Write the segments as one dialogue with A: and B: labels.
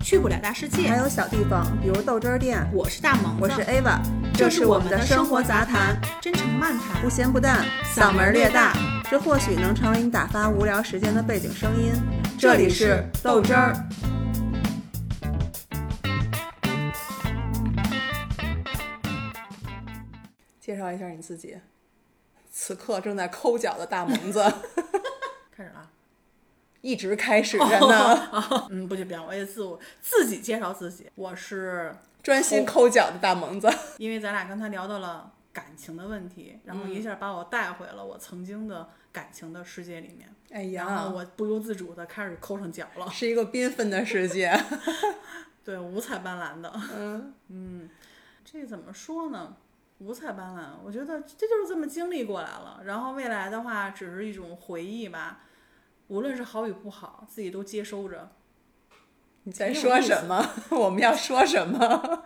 A: 去不了大世界
B: 还。有小地方，比如豆汁儿店。
A: 我是大萌子，
B: 我是哎 Ava，
A: 这
B: 是
A: 是
B: 我
A: 们
B: 的
A: 生
B: 活
A: 杂
B: 谈，，
A: 真诚漫谈
B: 不。咸不淡，
A: 嗓
B: 嗓
A: 门
B: 门
A: 儿
B: 儿
A: 略
B: 略
A: 大
B: 大，这或许能成为你打发无聊时间的背景声音。
A: 这
B: 这
A: 里
B: 里
A: 是
B: 是
A: 豆
B: 豆
A: 汁
B: 汁
A: 儿
B: 儿。
C: 介绍一下你自己。此刻正在抠脚的大萌 子，
A: 开始
B: 啊
A: 了。
C: 一直 开始着呢，
A: 嗯，不行不行，我也自我自己介绍自己。我是
C: 专心抠脚的大萌子。
A: 因为咱俩刚才聊到了感情的问题，然后
B: 嗯
A: 一下把我带回了我曾经的感情的世界里面，
C: 哎
A: 然后
C: 呀，
A: 我不由自主的开始抠上脚 了，
C: 是一个缤纷的世界。
A: 对，五彩斑斓的。
C: 嗯，
A: 这怎么说呢？五彩斑斓，我觉得这就是这么经历过来了。然后未来的话，只是一种回忆吧，无论是好与不好，自己都接收着。
C: 你在说什么？ 我们要说什么？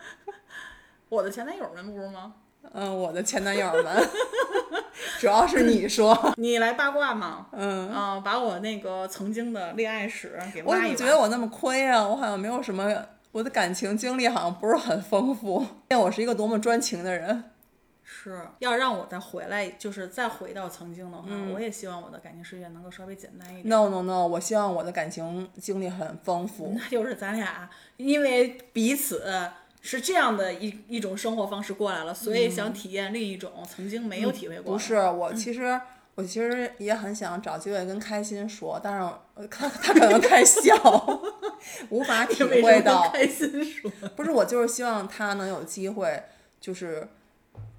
A: 我的前男友们不是吗？
C: 嗯，我的前男友们， 主要是你说。
A: 你来八卦嘛，
C: 嗯，
A: 嗯、把我那个曾经的恋爱史给
C: 我
A: 挖
C: 怎
A: 一
C: 么
A: 挖
C: 觉得我那么亏啊？我好像没有什么，我的感情经历好像不是很丰富。 因为我是一个多么专情的人。
A: 是要让我再回来，就是再回到曾经的话，
C: 嗯
A: 我也希望我的感情世界能够稍微简单一点。
C: No no no，我希望我的感情经历很丰富。
A: 那就是咱俩因为彼此是这样的一一种生活方式过来了，所以想体验另一种曾经没有嗯体会过
C: 嗯不
A: 的。
C: 是，我其实我其实也很想找机会跟开心说，但是我他 他可能 太小，无法体
A: 为
C: 会
A: 什么
C: 到。
A: 开心说？
C: 不是，我就是希望他能有机会，就是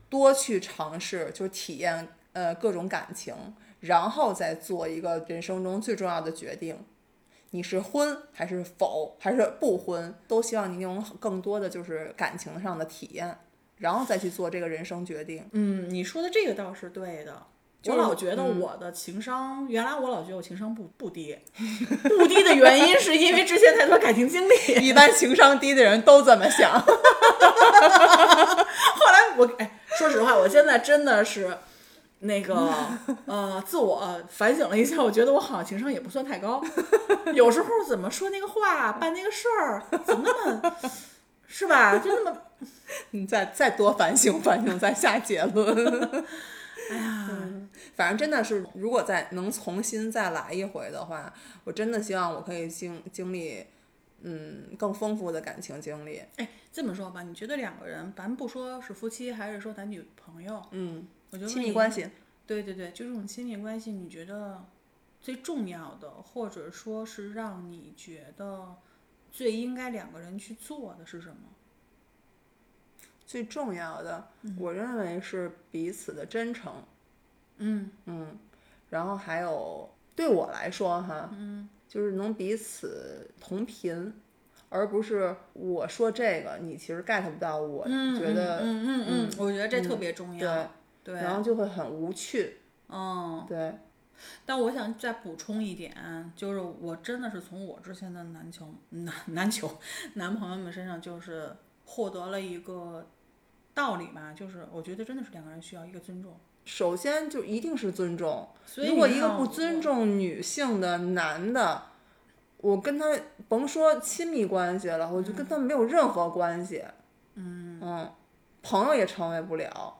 C: 多去尝试，就是体验呃各种感情，然后再做一个人生中最重要的决定。你是婚还是否还是不婚，都希望你有更多的就是感情上的体验，然后再去做这个人生决定。
A: 嗯，你说的这个倒是对的。我
C: 是
A: 老
C: 我
A: 觉得我的情商，原来我老觉得我情商不不低， 不低的原因是因为之前太多感情经历。
C: 一般情商低的人都这么想。
A: 后来我哎，说实话，我现在真的是那个呃，自我反省了一下，我觉得我好像情商也不算太高，有时候怎么说那个话、办那个事儿，怎么那么是吧？就那么
C: 你 再再多反省反省，再下结论。 嗯
A: 哎 呀，
C: 反正真的是，如果再能重新再来一回的话，我真的希望我可以经经历，嗯，更丰富的感情经历。
A: 哎，这么说吧，你觉得两个人，咱不说是夫妻，还是说男女朋友，
C: 嗯，
A: 我觉得
C: 亲密关
A: 系，
C: 系，
A: 对对对，就这种亲密关系，你觉得最重要的，或者说是让你觉得最应该两个人去做的是什么？
C: 最重要的，我认为是彼此的真诚。
A: 嗯。
C: 嗯，然后还有对我来说哈，嗯，就是能彼此同频，而不是我说这个，你其实 get 不到我
A: 嗯，
C: 觉得，
A: 嗯嗯嗯，我觉得这特别重要。对
C: 对，然后就会很无趣。
A: 嗯，
C: 对，
A: 但我想再补充一点，就是我真的是从我之前的男球男男球男朋友们身上，就是获得了一个道理吧，就是我觉得真的是两个人需要一个尊重。
C: 首先就一定是尊重。
A: 所以
C: 如果
A: 你
C: 一个
A: 看
C: 不
A: 我
C: 尊，重女性的男的，我跟他甭说亲密关系了，我就跟他没有任何关系。嗯朋友也成为不了，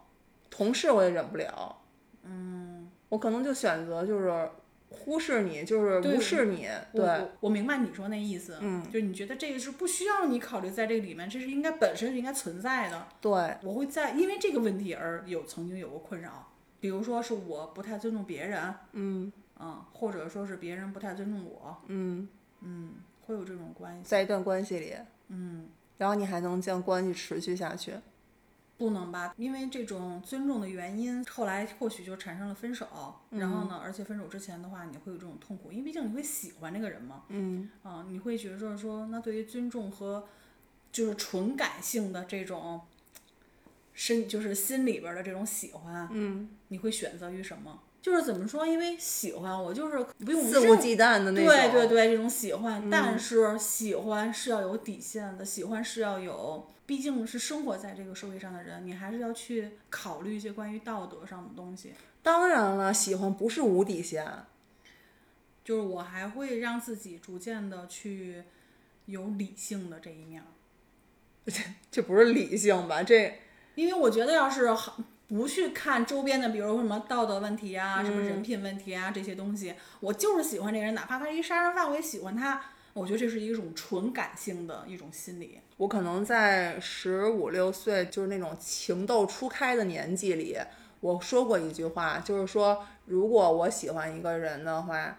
C: 同事我也忍不了。嗯，我可能就选择就是忽视你，就是
A: 对
C: 无视你。
A: 我
C: 对，
A: 我我明白你说那意思，嗯，就是你觉得这个是不需要你考虑在这个里面，这是应该本身就应该存在的。
C: 对，
A: 我会在因为这个问题而有曾经有过困扰，比如说是我不太尊重别人，
C: 嗯
A: 嗯，或者说是别人不太尊重我，
C: 嗯，
A: 嗯，会有这种关系，
C: 在一段关系里，
A: 嗯，
C: 然后你还能将关系持续下去。
A: 不能吧？因为这种尊重的原因，后来或许就产生了分手，
C: 嗯
A: 然后呢，而且分手之前的话，你会有这种痛苦，因为毕竟你会喜欢这个人嘛，
C: 嗯，
A: 啊、你会觉着说，那对于尊重和就是纯感性的这种。身就是心里边儿的这种喜欢，
C: 嗯，
A: 你会选择于什么？就是怎么说？因为喜欢我就是不用
C: 肆
A: 任
C: 无忌惮的那种。嗯
A: 对对对，这种喜欢，但是喜欢是要有底线的，喜欢是要有，毕竟是生活在这个社会上的人，你还是要去考虑一些关于道德上的东西。
C: 当然了，喜欢不是无底线。
A: 就是我还会让自己逐渐的去有理性的这一面儿，
C: 这不是理性吧？这
A: 因为我觉得要是好不去看周边的，比如什么道德问题啊、什么人品问题啊这些东西，我就是喜欢这个人，哪怕他是一杀人犯，我也喜欢他。我觉得这是一种纯感性的一种心理。
C: 我可能在十五六岁，就是那种情窦初开的年纪里，我说过一句话，就是说，如果我喜欢一个人的话，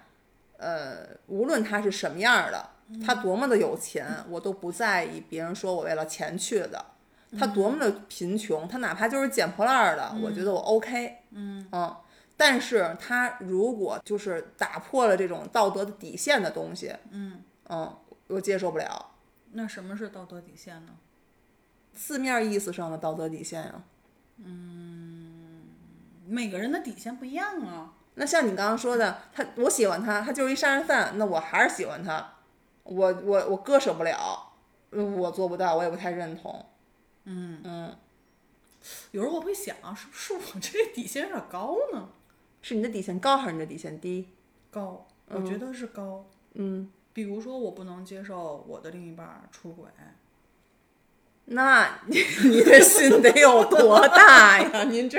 C: 呃，无论他是什么样儿的，他多么的有钱，我都不在意别人说我为了钱去的。他多么的贫穷，他哪怕就是捡破烂儿的，我觉得我 OK。嗯但是他如果就是打破了这种道德的底线的东西，
A: 嗯
C: 嗯，我接受不了。
A: 那什么是道德底线呢？
C: 字面意思上的道德底线呀、
A: 每个人的底线不一样啊。
C: 那像你刚刚说的，他我喜欢他，他就是一杀人犯，那我还是喜欢他，我我我割舍不了，嗯我做不到，我也不太认同。嗯嗯，
A: 有时候我会想，是不是我这底线有点高呢？
C: 是你的底线高还是你的底线低？
A: 高，我觉得是高。
C: 嗯，
A: 比如说，我不能接受我的另一半儿出轨，
C: 那你的心得有多大呀？您这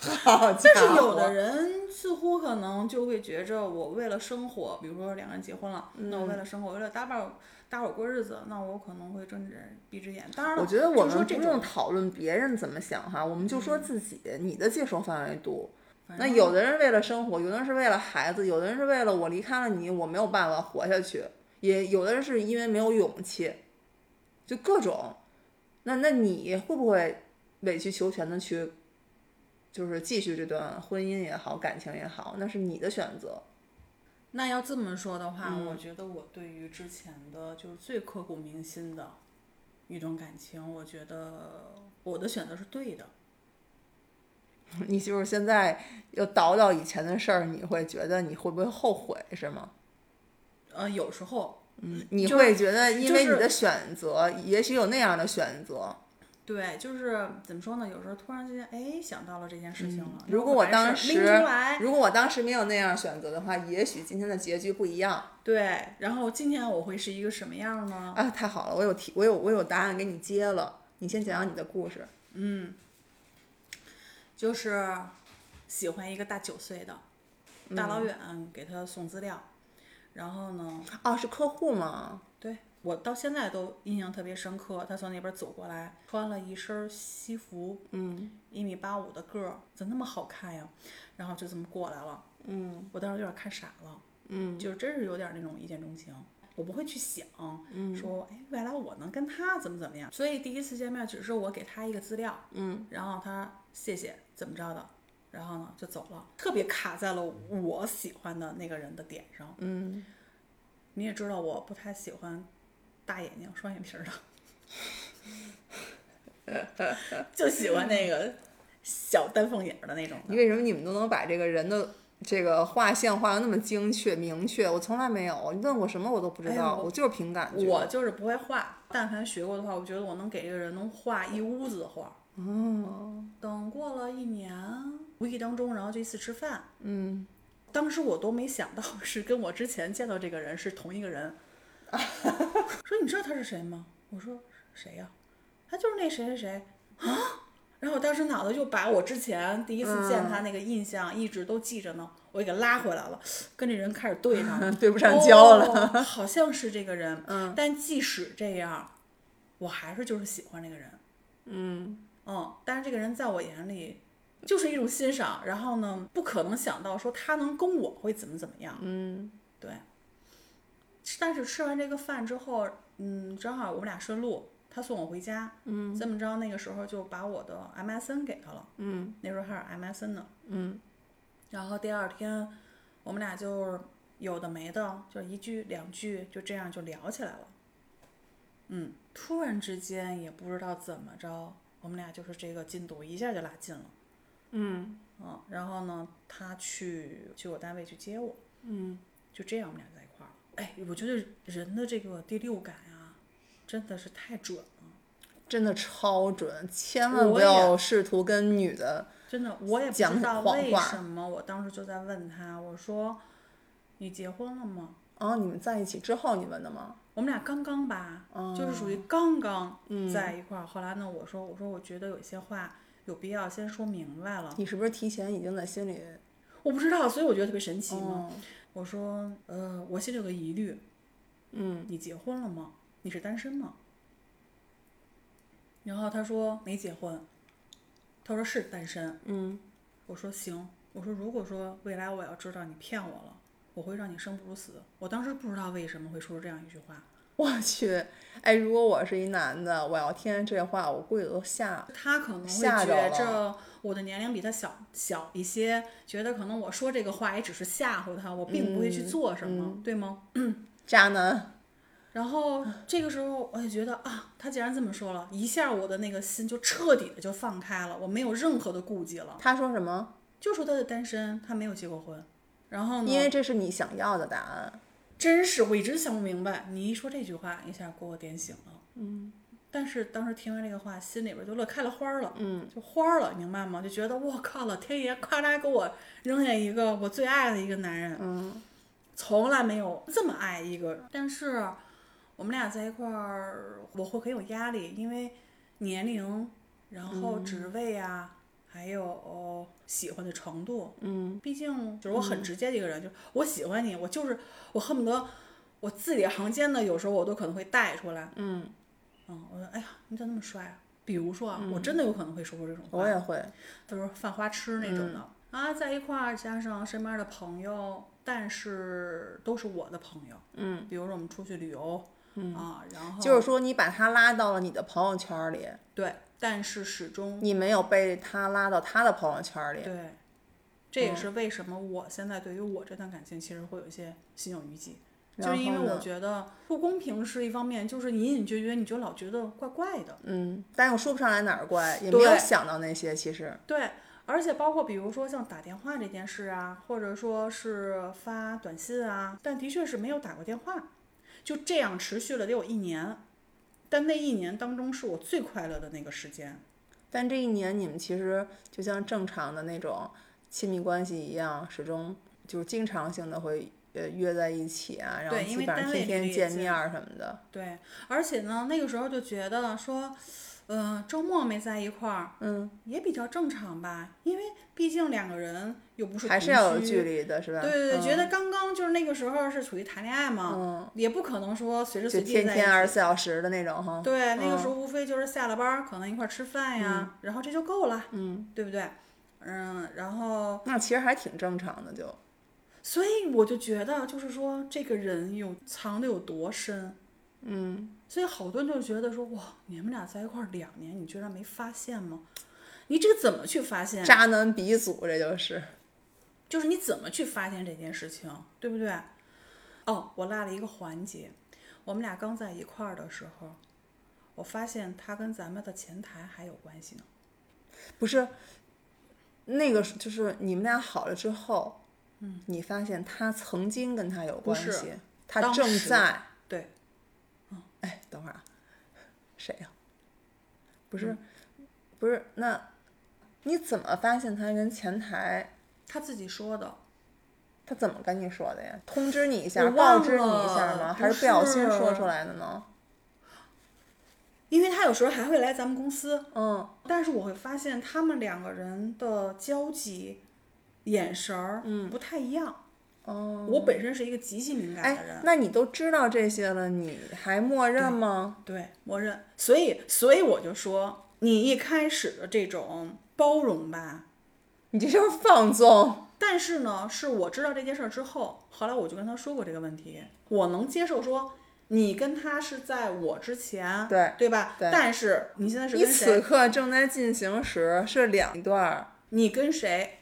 C: 好家伙！
A: 但是有的人似乎可能就会觉着，我为了生活，比如说两个人结婚了，那我
C: 嗯
A: 为了生活，为了搭伴儿搭伙过日子，那我可能会睁只眼闭只眼。当然了，
C: 我觉得我
A: 就说
C: 们
A: 这
C: 不
A: 种
C: 用讨论别人怎么想哈，我们就说自己，你的接受范围度。
A: 反
C: 那
A: 正
C: 有的人为了生活，有的人是为了孩子，有的人是为了我离开了你，我没有办法活下去，也有的人是因为没有勇气，就各种。那那你会不会委曲求全的去，就是继续这段婚姻也好，感情也好，那是你的选择。
A: 那要这么说的话，
C: 嗯
A: 我觉得我对于之前的就是最刻骨铭心的一种感情，我觉得我的选择是对的。
C: 你就是现在又倒到以前的事儿，你会觉得你会不会后悔是吗？嗯
A: 呃，有时候
C: 你
A: 就
C: 会觉得，因为你
A: 就是
C: 的选择，也许有那样的选择。
A: 对，就是怎么说呢？有时候突然之间，哎，想到了这件事情了。然
C: 嗯如
A: 后
C: 果
A: 我
C: 我
A: 把这
C: 当
A: 事儿拎
C: 时
A: 出来，，
C: 如果我当时没有那样选择的话，也许今天的结局不一样
A: 对，然后今天我会是一个什么样呢？
C: 啊！太好了，我有题，我有我有答案给你接了。你先讲讲你的故事。
A: 就是喜欢一个大九岁的，
C: 嗯
A: 大老远给他送资料，然后呢，
C: 哦，是客户吗？
A: 对我到现在都印象特别深刻。他从那边走过来，穿了一身西服，嗯，一米八五的个儿，怎么那么好看呀？然后就这么过来了，嗯，我当时有点看傻了，嗯，就真是有点那种一见钟情。我不会去想，嗯、说哎，未来我能跟他怎么怎么样。所以第一次见面只是我给他一个资料，嗯，然后他谢谢怎么着的，然后呢就走了，特别卡在了我喜欢的那个人的点上，你也知道我不太喜欢大眼睛、双眼皮儿的， 就喜欢那个小丹凤眼儿的那种的。
C: 为什么你们都能把这个人的这个画像画的那么精确明确？我从来没有，你问我什么我都不知
A: 哎
C: 道，
A: 我
C: 我就是凭感觉。，
A: 我就是不会画，但凡学过的话，我觉得我能给这个人能画一屋子的画。嗯，等过了一年，无意当中，然后就一次吃饭，嗯，当时我都没想到是跟我之前见到这个人是同一个人。说你知道他是谁吗？我说谁呀、他就是那谁谁谁啊。然后我当时脑子就把我之前第一次见他那个印象一直都记着呢，我也给拉回来了，跟这人开始对上了
C: 对不上焦了
A: 哦好像是这个人。嗯，但即使这样，我还是就是喜欢这个人。嗯嗯，但是这个人在我眼里就是一种欣赏，然后呢，不可能想到说他能跟我会怎么怎么样。嗯，对。但是吃完这个饭之后，嗯，正好我们俩顺路，他送我回家，嗯，这么着那个时候就把我的 MSN 给他了，嗯，那时候还有 MSN 呢，嗯，然后第二天我们俩就是有的没的，就一句两句就这样就聊起来了，嗯，突然之间也不知道怎么着，我们俩就是这个进度一下就拉近了，嗯，嗯，然后呢，他去去我单位去接我，嗯，就这样我们俩在一块儿了。哎，我觉得人的这个第六感啊，真的是太准了，
C: 真的超准，千万不
A: 我
C: 要试图跟女的。
A: 真的，我也不
C: 呃讲
A: 知道
C: 谎
A: 为
C: 话
A: 什么，我当时就在问他，我说你结婚了吗？嗯
C: 哦，你们在一起之后你问的吗？
A: 我们俩刚刚吧，
C: 嗯
A: 就是属于刚刚在一块儿。后来呢，我说我说我觉得有些话有必要先说明白了。
C: 你是不是提前已经在心里？
A: 我不知道，所以我觉得特别神奇嘛。
C: 嗯
A: 我说呃，我心里有个疑虑，
C: 嗯，
A: 你结婚了吗？你是单身吗？然后他说没结婚，他说是单身。
C: 嗯，
A: 我说行，我说如果说未来我要知道你骗我了，我会让你生不如死。我当时不知道为什么会说出这样一句话，
C: 我去，哎，如果我是一男的，我要听见这话，我估计都吓。
A: 他可能会
C: 吓着
A: 觉
C: 了
A: 着我的年龄比他小小一些，觉得可能我说这个话也只是吓唬他，我并不会
C: 嗯
A: 去做什么，对吗？
C: 渣男，
A: 然后这个时候我就觉得啊，他既然这么说了，一下我的那个心就彻底的就放开了，我没有任何的顾忌了，
C: 他说什么？
A: 就说他的单身，他没有结过婚。然后
C: 因
A: 呢，
C: 为这是你想要的答案。
A: 真是我一直想不明白，你一说这句话，一下给我点醒了。嗯，但是当时听完这个话，心里边就乐开了花儿了，嗯，就花儿了，明白吗？就觉得我靠，老天爷咔嚓给我扔下一个我最爱的一个男人，
C: 嗯，
A: 从来没有这么爱一个人。但是我们俩在一块儿，我会很有压力，因为年龄，然后职位啊，还有、哦喜欢的程度。嗯，毕竟就是我很直接的一个人，就是我喜欢你，我就是我恨不得我字里行间的，有时候我都可能会带出来。
C: 嗯，
A: 嗯，我说哎呀，你咋那么帅啊？比如说啊，我真的有可能会说出这种话。
C: 我也会。
A: 就是犯花痴那种的、
C: 嗯
A: 啊，在一块儿加上身边的朋友，但是都是我的朋友，嗯，比如说我们出去旅游，嗯啊，然后
C: 就是说，你把他拉到了你的朋友圈里，
A: 对，但是始终
C: 你没有被他拉到他的朋友圈里。嗯
A: 对，这也是为什么我现在对于我这段感情其实会有一些心有余悸。就
C: 然
A: 是因为
C: 后
A: 我
C: 呢
A: 觉得不公平是一方面，就是隐隐约约你就老觉得怪怪的，
C: 嗯，但又说不上来哪儿怪，也没有
A: 对
C: 想到那些。其实，
A: 对，而且包括比如说像打电话这件事啊，或者说是发短信啊，但的确是没有打过电话，就这样持续了得有一年。但那一年当中是我最快乐的那个时间，
C: 但这一年你们其实就像正常的那种亲密关系一样，始终就是经常性的会呃约在一起啊，然后
A: 对
C: 基
A: 因为
C: 本上
A: 单位
C: 天
A: 里
C: 天
A: 也
C: 见
A: 见
C: 面儿什么的。
A: 对，而且呢，那个时候就觉得说，呃，周末没在一块儿
C: 嗯，
A: 也比较正常吧，因为毕竟两个人又不是
C: 还
A: 同
C: 是要有
A: 居
C: 距离的，是吧？
A: 对对对，
C: 嗯、
A: 觉得刚刚就是那个时候是处于谈恋爱嘛，
C: 嗯
A: 也不可能说随时
C: 就
A: 随地
C: 天
A: 在一
C: 天
A: 起
C: 二十四小时的那种哈。
A: 对，那个
C: 嗯
A: 时候无非就是下了班儿，可能一块儿吃饭呀，然后这就够了，
C: 嗯，
A: 对不对？嗯，然后
C: 那其实还挺正常的，就
A: 所以我就觉得，就是说这个人有藏的有多深，
C: 嗯，
A: 所以好多人就觉得说，哇，你们俩在一块儿两年，你居然没发现吗？你这个怎么去发现？
C: 渣男鼻祖，这就是。
A: 就是你怎么去发现这件事情，对不对？哦，我落了一个环节，我们俩刚在一块儿的时候，我发现他跟咱们的前台还有关系呢。
C: 不是，那个是就是你们俩好了之后，嗯，你发现他曾经跟他有
A: 不
C: 关
A: 是
C: 系，他
A: 当
C: 正
A: 时
C: 在，
A: 对，
C: 哎，等会儿啊，谁呀、不是，
A: 嗯
C: 不是，那你怎么发现他跟前台？
A: 他自己说的，
C: 他怎么跟你说的呀？通知你一下，
A: 我
C: 告
A: 忘
C: 知你一下
A: 了
C: 吗？
A: 不
C: 还不小心
A: 是
C: 说出来的呢？
A: 因为他有时候还会来咱们公司，
C: 嗯
A: 但是我会发现他们两个人的交集、眼神儿不太一样。
C: 嗯哦，
A: 我本身是一个极其敏感的人，嗯
C: 哎，那你都知道这些了，你还默认吗？
A: 对，默认。所以，所以我就说，你一开始的这种包容吧，
C: 你这就是放纵。
A: 但是呢，是我知道这件事儿之后，后来我就跟他说过这个问题，我能接受说。你跟他是在我之前，
C: 对
A: 对吧？
C: 对
A: 但是你现在是
C: 你
A: 跟
C: 此
A: 谁？
C: 刻正在进行时是两段儿。
A: 你跟谁？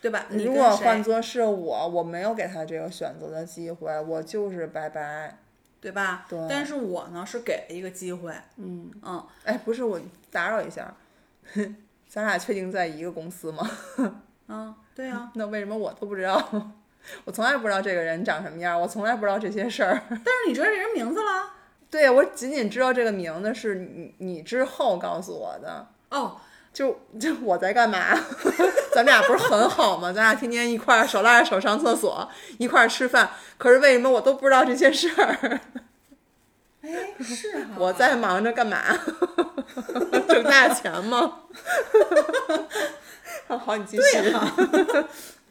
A: 对吧？你
C: 如
A: 跟
C: 果
A: 谁
C: 换做是我，我没有给他这个选择的机会，我就是拜拜。
A: 对吧？
C: 对
A: 但是我呢是给了一个机会，嗯
C: 哎，不是我打扰一下，咱俩确定在一个公司吗？
A: 啊，对啊。
C: 那为什么我都不知道？ 我从来不知道这个人长什么样，我从来不知道这些事儿。
A: 但是你知道这人名字了？
C: 对啊我仅仅知道这个名字是你你之后告诉我的，
A: 哦，
C: 就就我在干嘛？ 咱们俩不是很好吗？咱俩天天一块儿手拉着手上厕所，一块儿吃饭。可是为什么我都不知道这些事儿？哎，是 哈、
B: 我在忙着 干嘛？挣大钱吗？好，你继续。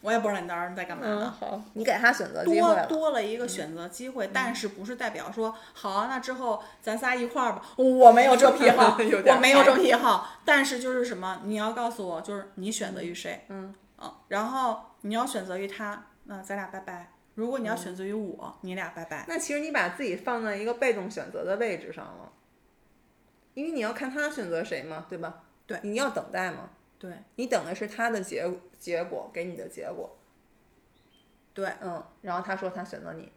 A: 我也不知道你当时在干嘛
B: 嗯，
A: 呢。
B: 好，，
C: 你给他选择机会
A: 多
C: 了，
A: 多了一个选择机会，但是不是代表说好啊、那之后咱仨一块儿吧？我没有这癖好
B: 有点
A: 我 没有这
B: 嗨
A: 癖好。但是就是什么，你要告诉我，就是你选择于谁，嗯啊，然后你要选择于他，那咱俩拜拜。如果你要选择于我，你俩拜拜。
B: 那其实你把自己放在一个被动选择的位置上了，
C: 因为你要看他选择谁嘛，对吧？
A: 对
C: 你要等待嘛，
A: 对
C: 你等的是他的结结果给你的结果，
A: 对，
C: 嗯，然后他说他选择你，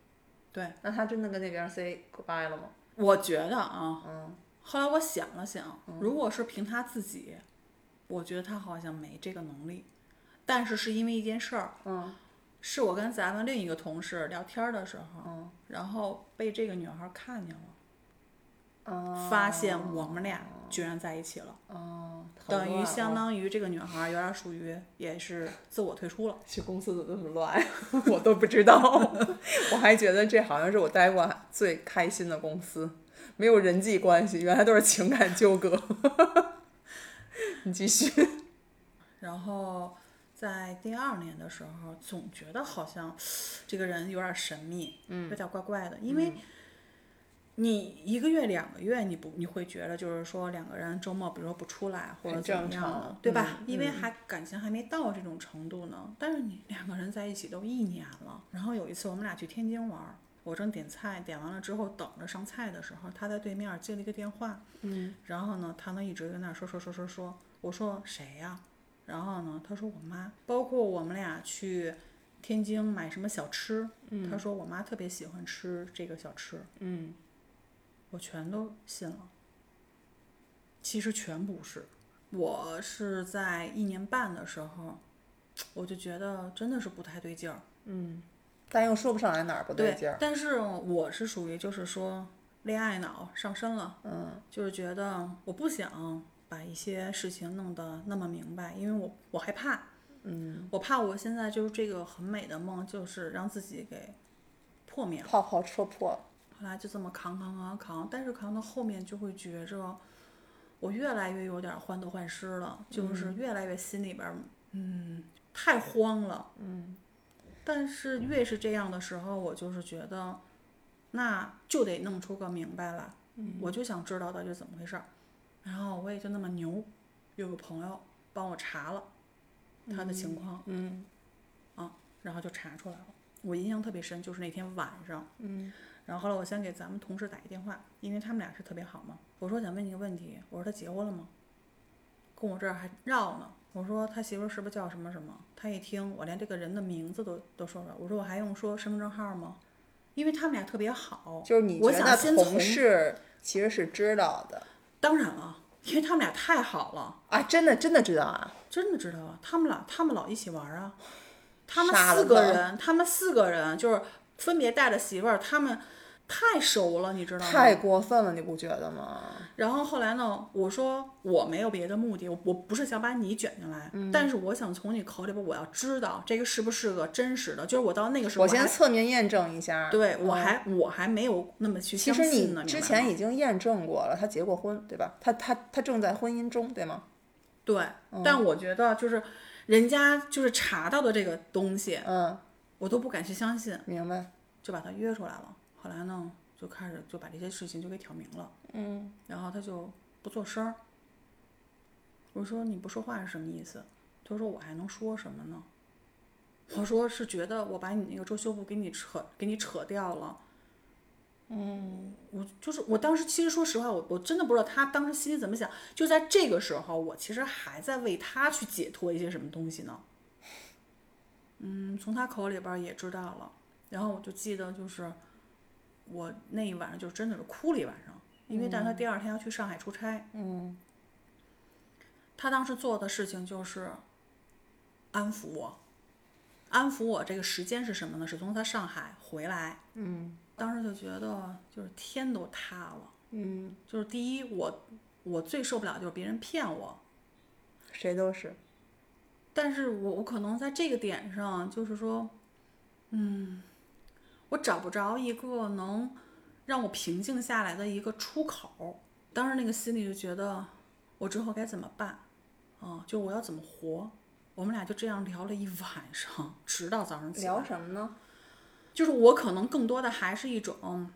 A: 对，
C: 那他真的跟那边 say goodbye 了吗？
A: 我觉得啊，
C: 嗯，
A: 后来我想了想，如果是凭他自己，我觉得他好像没这个能力。但是是因为一件事儿，
C: 嗯，
A: 是我跟咱们另一个同事聊天的时候，然后被这个女孩看见了，
C: 嗯
A: 发现我们俩居然在一起了，哦
C: 嗯，
A: 等于相
C: 当
A: 当于这个女孩有点属于也是自我退出了。
C: 去公司怎么那么乱， 我都不知道， 我还觉得这好像是我待过最开心的公司，没有人际关系，原来都是情感纠葛。 你继续，
A: 然后在第二年的时候，总觉得好像这个人有点神秘，嗯，有点怪怪的，因为。你一个月、两个月，你不你会觉得就是说两个人周末，比如说不出来或者
C: 很
A: 怎么样
C: 正常
A: 的，对吧？因为还感情还没到这种程度呢。但是你两个人在一起都一年了，然后有一次我们俩去天津玩儿，我正点菜，点完了之后等着上菜的时候，他在对面接了一个电话，嗯，然后呢，他呢一直在那儿说说说说说，我说谁呀、然后呢，他说我妈，包括我们俩去天津买什么小吃，他说我妈特别喜欢吃这个小吃，
C: 嗯，
A: 我全都信了。其实全不是，我是在一年半的时候，我就觉得真的是不太对劲儿。
C: 但又说不上来哪儿不对劲儿，
A: 但是我是属于就是说恋爱脑上身了，嗯，就是觉得我不想把一些事情弄得那么明白，因为我我害怕，嗯，我怕我现在就是这个很美的梦，就是让自己给破灭了。
C: 泡泡戳破了，
A: 后来就这么扛扛扛扛，但是扛到后面就会觉着我越来越有点儿患得患失了，就是越来越心里边儿嗯太慌了，嗯。但是越是这样的时候，我就是觉得那就得弄出个明白来，我就想知道到底怎么回事儿。然后我也就那么牛，有个朋友帮我查了他的情况，
C: 嗯
A: 啊，然后就查出来了。我印象特别深，就是那天晚上，
C: 嗯
A: 然后后来我先给咱们同事打一电话，因为他们俩是特别好嘛。我说想问你个问题，我说他结婚了吗？跟我这儿还绕呢。我说他媳妇儿是不是叫什么什么？他一听我连这个人的名字都都说出来，我说我还用说身份证号吗？因为他们俩特别好，
C: 就是你觉
A: 我想
C: 得
A: 先
C: 同
A: 从
C: 事其实是知道的
A: 当然了，因为他们俩太好了，
C: 啊，真的真的知道啊，
A: 真的知道啊，他们俩他们老一起玩儿啊，他们
C: 杀了
A: 四个
C: 他
A: 人，他们四个人就是分别带着媳妇儿，他们太熟了，你知道吗？
C: 太过分了，你不觉得吗？
A: 然后后来呢，我说我没有别的目的，我我不是想把你卷进来，
C: 嗯
A: 但是我想从你口里边我要知道这个是不是个真实的，就是我到那个时候
C: 我
A: 还
C: 先侧面验证一下，
A: 对我
C: 嗯
A: 还、我还没有那么去
C: 其
A: 相
C: 实
A: 信
C: 你
A: 呢。
C: 之
A: 明白
C: 前
A: 吗
C: 已经验证过了，他结过婚，对吧？他他他正在婚姻中，对吗？
A: 对，
C: 嗯
A: 但我觉得就是人家就是查到的这个东西，
C: 嗯，
A: 我都不敢去相信，
C: 明白。
A: 就把他约出来了。后来呢，就开始就把这些事情就给挑明了，嗯，然后他就不做声儿。我说你不说话是什么意思？他说我还能说什么呢？我说是觉得我把你那个遮羞布给你扯给你扯掉了。嗯，我就是我当时其实说实话，我我真的不知道他当时心里怎么想。就在这个时候，我其实还在为他去解脱一些什么东西呢。嗯，从他口里边儿也知道了。然后我就记得就是我那一晚上就真的是哭了一晚上，因为但是他第二天要去上海出差。
C: 嗯
A: 他当时做的事情就是安抚我，安抚我这个时间是什么呢？是从他上海回来，
C: 嗯
A: 当时就觉得就是天都塌了。
C: 嗯，
A: 就是第一，我我最受不了就是别人骗我，
C: 谁都是。
A: 但是我我可能在这个点上，就是说，嗯，我找不着一个能让我平静下来的一个出口。当时那个心里就觉得，我之后该怎么办？啊、就我要怎么活？我们俩就这样聊了一晚上，直到早上起来。
C: 聊什么呢？
A: 就是我可能更多的还是一种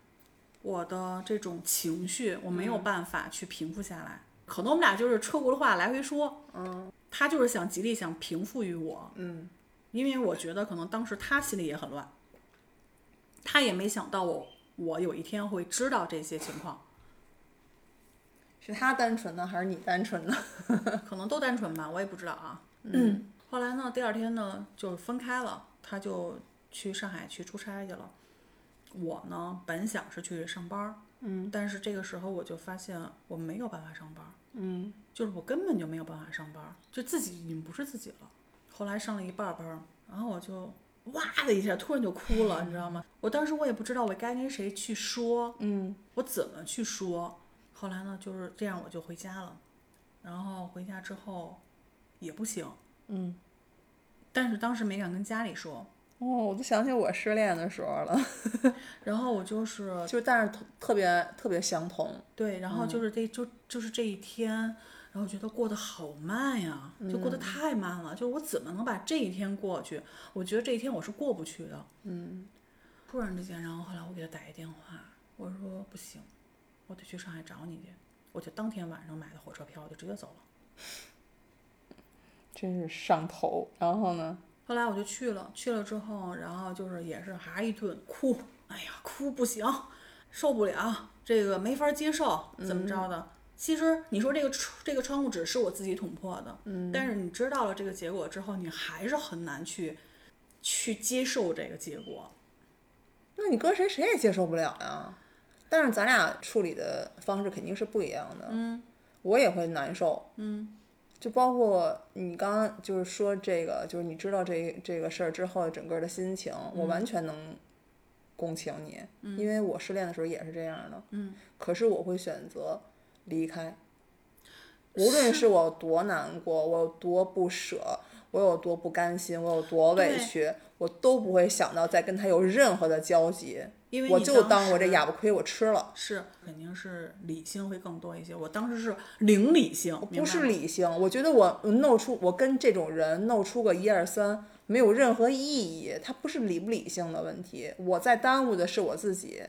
A: 我的这种情绪，我没有办法去平复下来。可能我们俩就是车轱辘话来回说，嗯，他就是想极力想平复于我，
C: 嗯，
A: 因为我觉得可能当时他心里也很乱，他也没想到我我有一天会知道这些情况，
C: 是他单纯呢，还是你单纯呢？
A: 可能都单纯吧，我也不知道啊。嗯，后来呢，第二天呢就分开了，他就去上海去出差去了。我呢，本想是去上班儿，嗯，但是这个时候我就发现我没有办法上班，嗯，就是我根本就没有办法上班儿，就自己已经不是自己了。后来上了一半儿班儿，然后我就哇的一下突然就哭了，你知道吗？我当时我也不知道我该跟谁去说，嗯，我怎么去说？后来呢，就是这样，我就回家了。然后回家之后也不行，
C: 嗯，
A: 但是当时没敢跟家里说。
C: 哦，我都想起我失恋的时候了，
A: 然后我就是
C: 就但是特特别特别相同，
A: 对，然后就是这、就就是这一天，然后我觉得过得好慢呀，就过得太慢了，就是我怎么能把这一天过去？我觉得这一天我是过不去的。嗯，突然之间，然后后来我给他打一电话，我说不行，我得去上海找你去，我就当天晚上买了火车票，我就直接走了。
C: 真是上头。然后呢，
A: 后来我就去了，去了之后，然后就是也是还一顿哭，哎呀，哭不行，受不了，这个没法接受，怎么着的？
C: 嗯
A: 其实你说这个窗这个窗户纸是我自己捅破的，嗯，但是你知道了这个结果之后，你还是很难去去接受这个结果。
C: 那你搁谁谁也接受不了呀。但是咱俩处理的方式肯定是不一样的。嗯，我也会难受。嗯，就包括你刚刚就是说这个，就是你知道这这个事儿之后整个的心情，我完全能共情你，因为我失恋的时候也是这样的。嗯，可是我会选择离 开，无论是我有多难过，我有多不舍。我有多不甘心，我有多委
A: 对
C: 屈，我都不会想到再跟他有任何的交集。
A: 因为
C: 我
A: 你
C: 就
A: 当
C: 当我这
A: 时
C: 哑巴亏我吃了，
A: 是肯定是理性会更多一些，我当时是零理性，明白
C: 不是
A: 吗
C: 理性。我觉得我我弄出我跟这种人弄出个一二三没有任何意义，它不是理不理性的问题。我在耽误的是我自己，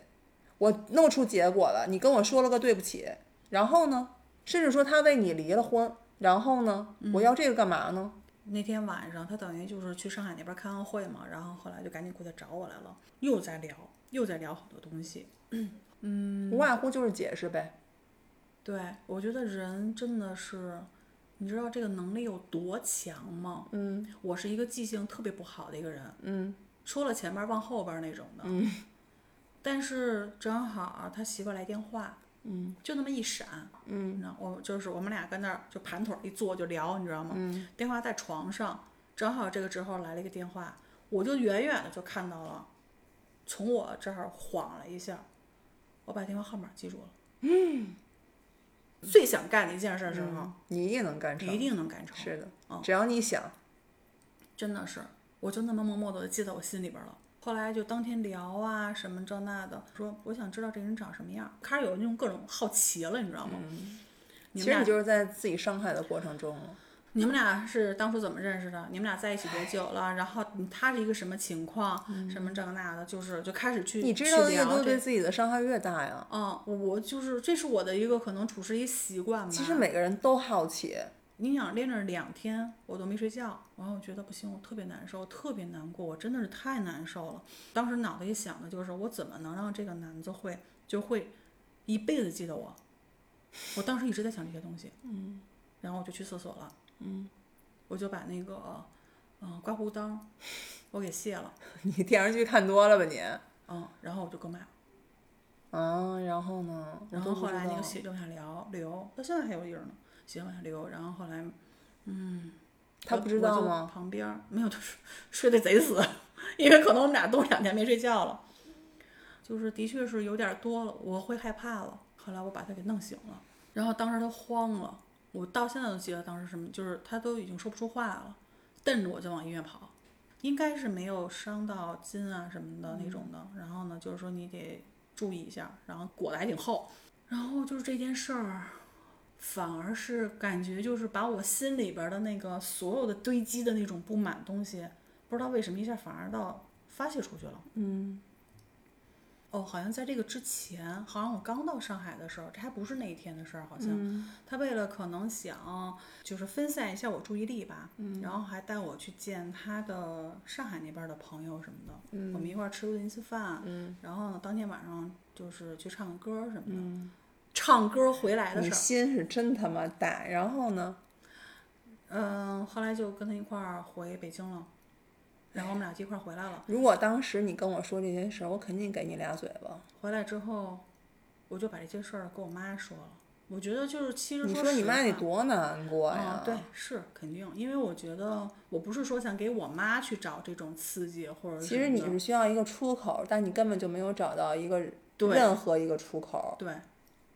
C: 我弄出结果了，你跟我说了个对不起，然后呢，甚至说他为你离了婚，然后呢，我要这个干嘛呢？
A: 那天晚上，他等于就是去上海那边开完会嘛，然后后来就赶紧过来找我来了，又在聊，又在聊很多东西。嗯
C: 无外乎就是解释呗。
A: 对我觉得人真的是，你知道这个能力有多强吗？
C: 嗯
A: 我是一个记性特别不好的一个人，
C: 嗯，
A: 说了前面忘后边那种的。嗯， 但是正好啊他媳妇来电话，嗯，就那么一闪，嗯，然后我就是我们俩跟那儿就盘腿儿一坐就聊，你知道吗？嗯，电话在床上，正好这个时候来了一个电话，我就远远的就看到了，从我这儿晃了一下，我把电话号码记住了。嗯，最想干的一件事儿时候，
C: 你一定嗯能干成，
A: 一定能干成。
C: 是的
A: 嗯，
C: 只要你想。
A: 真的是，我就那么默默的记在我心里边了。后来就当天聊啊，什么这那的，说我想知道这人长什么样，开始有那种各种好奇了，你知道吗？你们
C: 其实你
A: 俩，
C: 就是在自己伤害的过程中了，
A: 你们俩是当初怎么认识的？你们俩在一起多久了？然后你他是一个什么情况？什么这那的，就是就开始去
C: 你知道的
A: 去
C: 越
A: 聊
C: 多，
A: 这
C: 对自己的伤害越大呀。
A: 嗯，我我就是这是我的一个可能处事一习惯吧。
C: 其实每个人都 好奇，
A: 你想连着两天我都没睡觉，然后我觉得不行，我特别难受，特别难过，我真的是太难受了。当时脑袋里想的就是，我怎么能让这个男子会就会一辈子记得我？我当时一直在想这些东西，嗯，然后我就去厕所了，嗯，我就把那个嗯、呃刮胡刀我给卸了，
C: 你电视剧看多了吧你？
A: 嗯，然后我就割脉了，
C: 啊，然后呢？我
A: 然
C: 都
A: 后后
C: 不知
A: 来那
C: 道
A: 个血就往下流流，到现在还有印儿呢，血往下流，然后后来
C: 他
A: 我
C: 不知
A: 我
C: 道
A: 就
C: 吗？
A: 旁边儿没有，他睡睡得贼死， 因为可能我们俩都两天没睡觉了，就是的确是有点儿多了，我会害怕了。后来我把他给弄醒了，然后当时他慌了，我到现在都记得当时什么，就是他都已经说不出话了，瞪着我就往医院跑，
C: 嗯
A: 应该是没有伤到筋啊什么的那种的。然后呢，就是说你得注意一下，然后裹得还挺厚。然后就是这件事儿，反而是感觉就是把我心里边儿的那个所有的堆积的那种不满东西，不知道为什么一下反而到发泄出去了。
C: 嗯
A: 哦，好像在这个之前，好像我刚到上海的时候，这还不是那一天的事儿，好像、
C: 嗯
A: 他为了可能想就是分散一下我注意力吧，
C: 嗯
A: 然后还带我去见他的上海那边的朋友什么的，我们一块儿吃过一次饭，
C: 嗯
A: 然后呢，当天晚上就是去唱歌什么的，
C: 嗯，
A: 唱歌回来的
C: 你
A: 事儿。
C: 心是真他妈大。然后呢，
A: 嗯，后来就跟他一块儿回北京了，然后我们俩就一块儿回来了。
C: 如果当时你跟我说这件事儿，我肯定给你俩嘴巴。
A: 回来之后，我就把这些事儿跟我妈说了。我觉得就是其实
C: 你
A: 说
C: 说你
A: 实
C: 妈得
A: 话
C: 多难过呀
A: 啊、？对，是肯定，因为我觉得我不是说想给我妈去找这种刺激或者
C: 其
A: 什
C: 实
A: 么
C: 你
A: 的
C: 是需要一个出口，但你根本就没有找到一个
A: 对
C: 任何一个出口。
A: 对，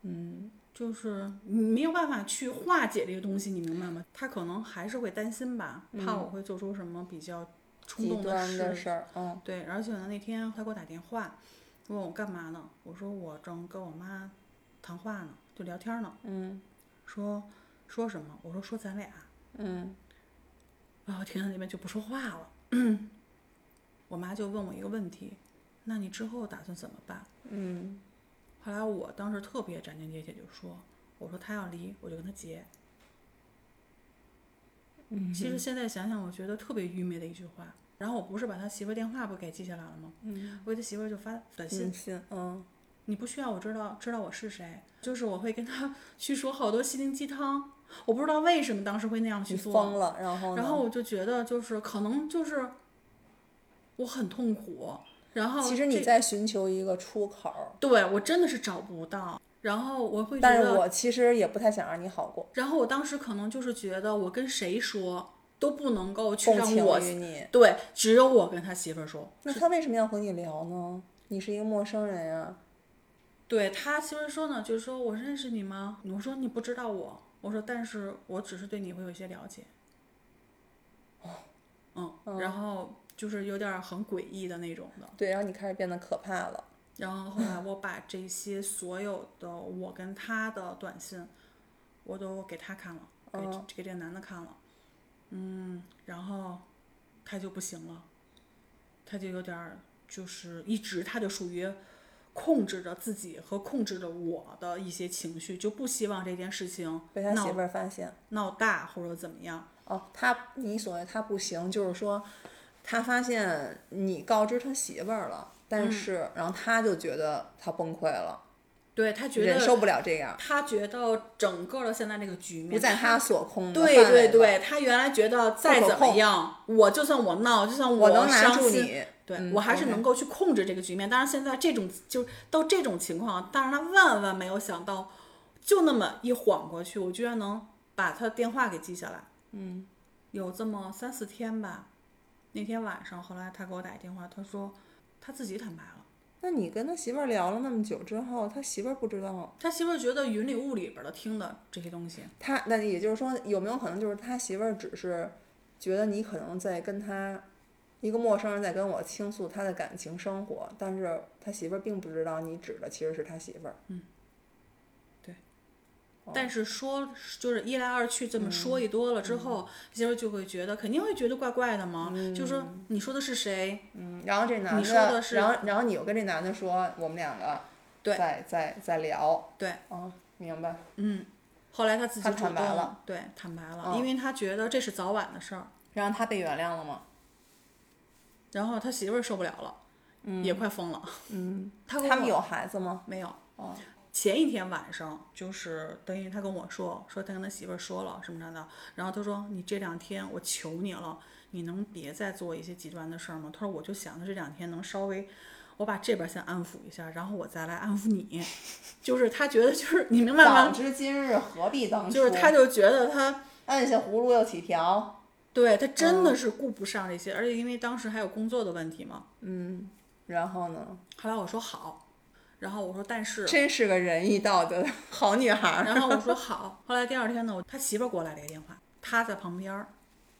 C: 嗯，
A: 就是你没有办法去化解这个东西，你明白吗？她可能还是会担心吧，怕我会做出什么比较冲
C: 嗯极
A: 动
C: 端
A: 事
C: 的事儿，嗯
A: 对，而且呢，那天他给我打电话，问我干嘛呢？我说我正跟我妈谈话呢，就聊天呢。
C: 嗯
A: 说说什么？我说说咱俩。
C: 嗯
A: 然后听到那边就不说话了。 我妈就问我一个问题：那你之后打算怎么办？
C: 嗯
A: 后来我当时特别斩钉截铁就说：我说他要离，我就跟他结。
C: 嗯
A: 其实现在想想，我觉得特别愚昧的一句话。然后我不是把他媳妇儿电话不给记下来了吗？
C: 嗯，
A: 我给他媳妇儿就发短信
C: 信心，
A: 啊
C: 嗯
A: 你不需要我知道知道我是谁，就是我会跟他去说好多心灵鸡汤，我不知道为什么当时会那样去
C: 你
A: 做，
C: 疯了，然后呢？
A: 然后我就觉得就是可能就是我很痛苦，然后
C: 其实你
A: 这
C: 在寻求一个出口，
A: 对我真的是找不到，然后我会觉
C: 但是
A: 得，
C: 我其实也不太想让你好过，
A: 然后我当时可能就是觉得我跟谁说都不能够去
C: 共
A: 让
C: 情
A: 我
C: 于你。
A: 对，只有我跟他媳妇儿说，
C: 那他为什么要和你聊呢？你是一个陌生人呀、
A: 对他媳妇儿说呢，就是说我认识你吗？我说你不知道我，我说但是我只是对你会有一些了解。
C: 哦
A: 嗯，然后就是有点儿很诡异的那种的。
C: 对，然后你开始变得可怕了。
A: 然后后来我把这些所有的我跟他的短信，我都给他看了，
C: 嗯
A: 给这给这个男的看了。嗯，然后他就不行了，他就有点儿就是一直他就属于控制着自己和控制着我的一些情绪，就不希望这件事情
C: 被他媳
A: 闹
C: 妇儿发现，
A: 闹大或者怎么样。
C: 哦，他你所谓他不行，就是说他发现你告知他媳妇儿
A: 嗯
C: 了，但是、然后他就觉得他崩溃了，
A: 对他觉
C: 忍
A: 得嗯
C: 受不了这样，
A: 他觉得整个的现在这个局面
C: 不在他所控的
A: 对
C: 范
A: 对
C: 围内
A: 对，他原来觉得再
C: 不可
A: 怎么
C: 控
A: 样，我就算我闹，就算
C: 我能拿
A: 伤
C: 住
A: 心
C: 你
A: 对、
C: 嗯
A: 我还是
C: OK
A: 能够去控制这个局面。但是现在这种就到这种情况，但是他万万没有想到，就那么一晃过去，我居然能把他的电话给记下来。
C: 嗯，
A: 有这么三四天吧。那天晚上，后来他给我打一电话，他说他自己坦白了，
C: 那你跟他媳妇儿聊了那么久之后，他媳妇儿不知道，
A: 他媳妇儿觉得云里雾里边儿的听的这些东西，
C: 他那也就是说，有没有可能就是他媳妇儿只是觉得你可能在跟他一个陌生人在跟我倾诉他的感情生活，但是他媳妇儿并不知道你指的其实是他媳妇儿。哦
A: 但是说就是一来二去这么
C: 嗯
A: 说一多了之后，媳妇儿就会觉得肯定会觉得怪怪的嘛，就说你说的是谁？
C: 嗯，然后这男的，
A: 你说的是
C: 然后然后你又跟这男的说，我们两个
A: 对
C: 在在在聊。
A: 对，
C: 哦，明白。
A: 嗯，后来他自己
C: 他
A: 主
C: 坦
A: 动
C: 白了，
A: 对，坦白了，
C: 嗯
A: 因为他觉得这是早晚的事儿，
C: 然后他被原谅了吗？
A: 然后他媳妇儿受不了了，也快疯了。
C: 嗯，
A: 他跟
C: 他们
A: 我
C: 有孩子吗？
A: 没有？
C: 哦，
A: 前一天晚上就是等于他跟我说，说他跟他媳妇儿说了什么什么的，然后他说你这两天我求你了，你能别再做一些极端的事儿吗？他说我就想着这两天能稍微。我把这边儿先安抚一下，然后我再来安抚你， 就是他觉得就是你明白
C: 早
A: 吗？
C: 知今日何必当初？
A: 就是他就觉得他
C: 按下葫芦又起瓢。
A: 对他真的是顾不上这些，而且因为当时还有工作的问题嘛。
C: 嗯，然后呢？
A: 后来我说好，然后我说但是，
C: 真是个仁义道德的好女孩儿。
A: 然后我说好。后来第二天呢，我他媳妇儿给我来了一个电话，他在旁边儿，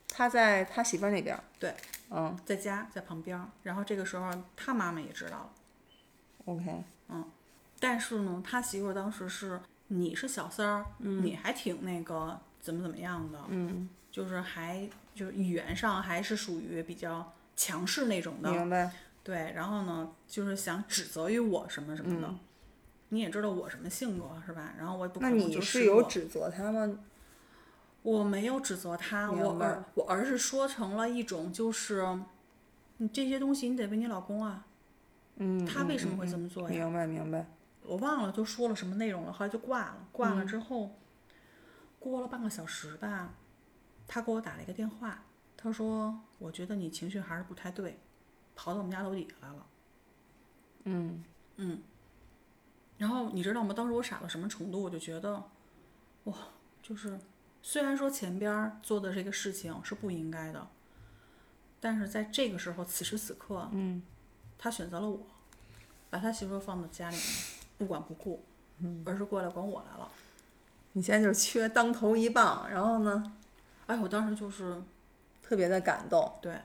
C: 他在他媳妇儿那边儿。
A: 对，
C: 嗯，
A: 在家在旁边儿。然后这个时候他妈妈也知道了，
C: OK，
A: 但是呢，他媳妇儿当时是你是小三儿，你还挺那个怎么怎么样的，
C: 嗯，
A: 就是还就是语言上还是属于比较强势那种的，
C: 明白。
A: 对，然后呢，就是想指责于我什么什么的。你也知道我什么性格是吧？然后我也不可
C: 嗯那
A: 能
C: 你
A: 就是失
C: 有
A: 落
C: 指责他吗？
A: 我没有指责他，
C: 明
A: 我
C: 白
A: 而我而是说成了一种就是，你这些东西你得问你老公啊，
C: 嗯，
A: 他为什么会这
C: 么
A: 么做呀？
C: 明白，明白。
A: 我忘了就说了什么内容了，后来就挂了。挂了之后，过了半个小时吧，他给我打了一个电话，他说：“我觉得你情绪还是不太对，跑到我们家楼底下来了。”
C: 嗯，
A: 然后你知道吗？当时我傻到什么程度？我就觉得，哇，就是虽然说前边儿做的这个事情是不应该的，但是在这个时候，此时此刻，嗯，他选择了我，把他媳妇儿放到家里面，不管不顾，而是过来管我来了。
C: 你现在就是缺当头一棒，然后呢，
A: 哎，我当时就是
C: 特别的感动。
A: 对，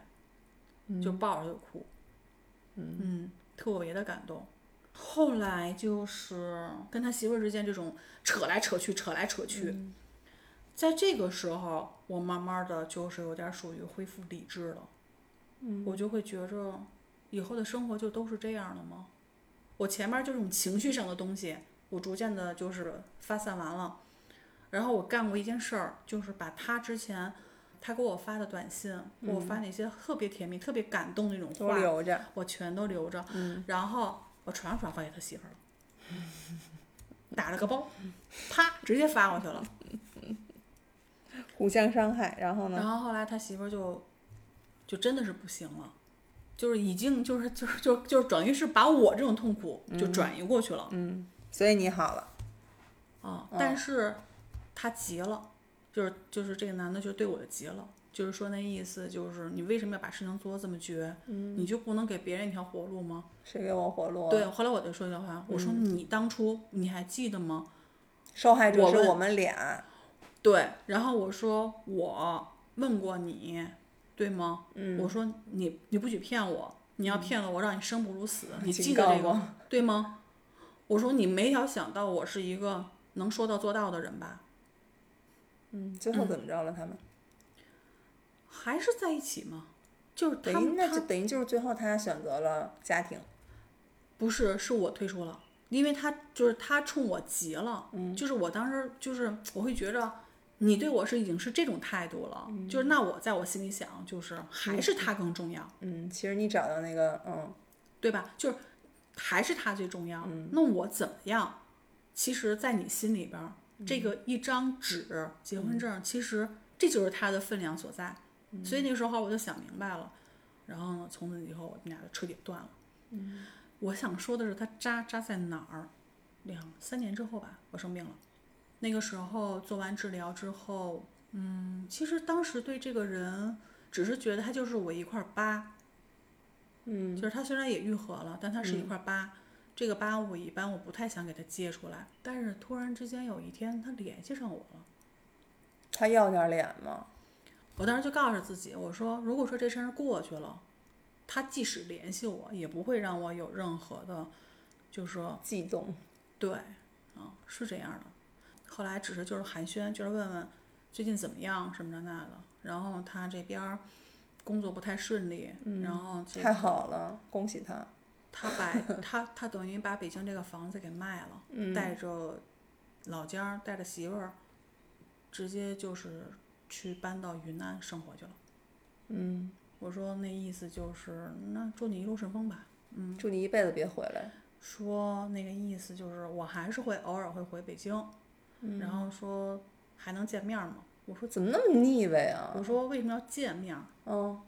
A: 就抱着就哭，嗯特别的感动。后来就是跟他媳妇儿之间这种扯来扯去，扯来扯去，在这个时候，我慢慢的就是有点属于恢复理智了，嗯，我就会觉着以后的生活就都是这样了吗？我前面就这种情绪上的东西，我逐渐的就是发散完了。然后我干过一件事儿，就是把他之前他给我发的短信，给我发那些特别甜蜜、特别感动的那种
C: 都
A: 话，
C: 留着，
A: 我全都留着。
C: 嗯
A: 然后我传着传着发给他媳妇儿了，打了个包，啪，直接发过去了。
C: 互相伤害。然后呢？
A: 然后后来他媳妇儿就就真的是不行了，就是已经就是就是就就是等于是把我这种痛苦就转移过去了、
C: 嗯，所以你好了。哦
A: 啊。但是他急了，就是就是这个男的就对我就急了。就是说那意思，就是你为什么要把事情做得这么绝？
C: 嗯
A: 你就不能给别人一条活路吗？
C: 谁给我活路？，
A: 对，后来我就说一句话，我说
C: 嗯
A: 你当初你还记得吗？
C: 受害者
A: 我
C: 是
A: 问
C: 我们俩。
A: 对，然后我说我问过你，对吗？嗯，我说你你不许骗我，你
C: 嗯
A: 要骗了我，让你生不如死，你
C: 警
A: 记得
C: 告
A: 这个
C: 过
A: 对吗？我说你没有想到我是一个能说到做到的人吧？
C: 嗯，最后怎么着了？他们？
A: 还是在一起吗？就是他
C: 等于
A: 们
C: 那
A: 他
C: 就等于就是最后他选择了家庭。
A: 不是，是我退出了，因为他就是他冲我急了，
C: 嗯
A: 就是我当时就是我会觉着你对我是已经是这种态度了，就是那我在我心里想就是还是他更重要。
C: 嗯，其实你找到那个，嗯，
A: 对吧？就是还是他最重要。那我怎么样？其实，在你心里边儿，这个一张纸、结婚证，其实这就是他的分量所在。所以那个时候我就想明白了，然后呢，从此以后我们俩就彻底断了。我想说的是，他扎扎在哪儿？两三年之后吧，我生病了。那个时候做完治疗之后，嗯，其实当时对这个人只是觉得他就是我一块疤，就是它虽然也愈合了，但它是一块疤。这个疤我一般我不太想给它揭出来，但是突然之间有一天他联系上我了，
C: 他要点脸吗？
A: 我当时就告诉自己，我说如果说这事儿过去了，他即使联系我，也不会让我有任何的，就是说
C: 悸动。
A: 对，啊、是这样的。后来只是就是寒暄，就是问问最近怎么样什么这那的，然后他这边儿工作不太顺利，然后这
C: 太
A: 个
C: 好了，恭喜他。
A: 他把他他等于把北京这个房子给卖了，
C: 嗯
A: 带着老家儿带着媳妇儿，直接就是去搬到云南生活去了。
C: 嗯，
A: 我说那意思就是，那祝你一路顺风吧。
C: 嗯祝你一辈子别回来。
A: 说那个意思就是，我还是会偶尔会回北京，
C: 嗯
A: 然后说还能见面吗？我说
C: 怎么那么腻歪啊？
A: 我说为什么要见面儿？
C: 嗯，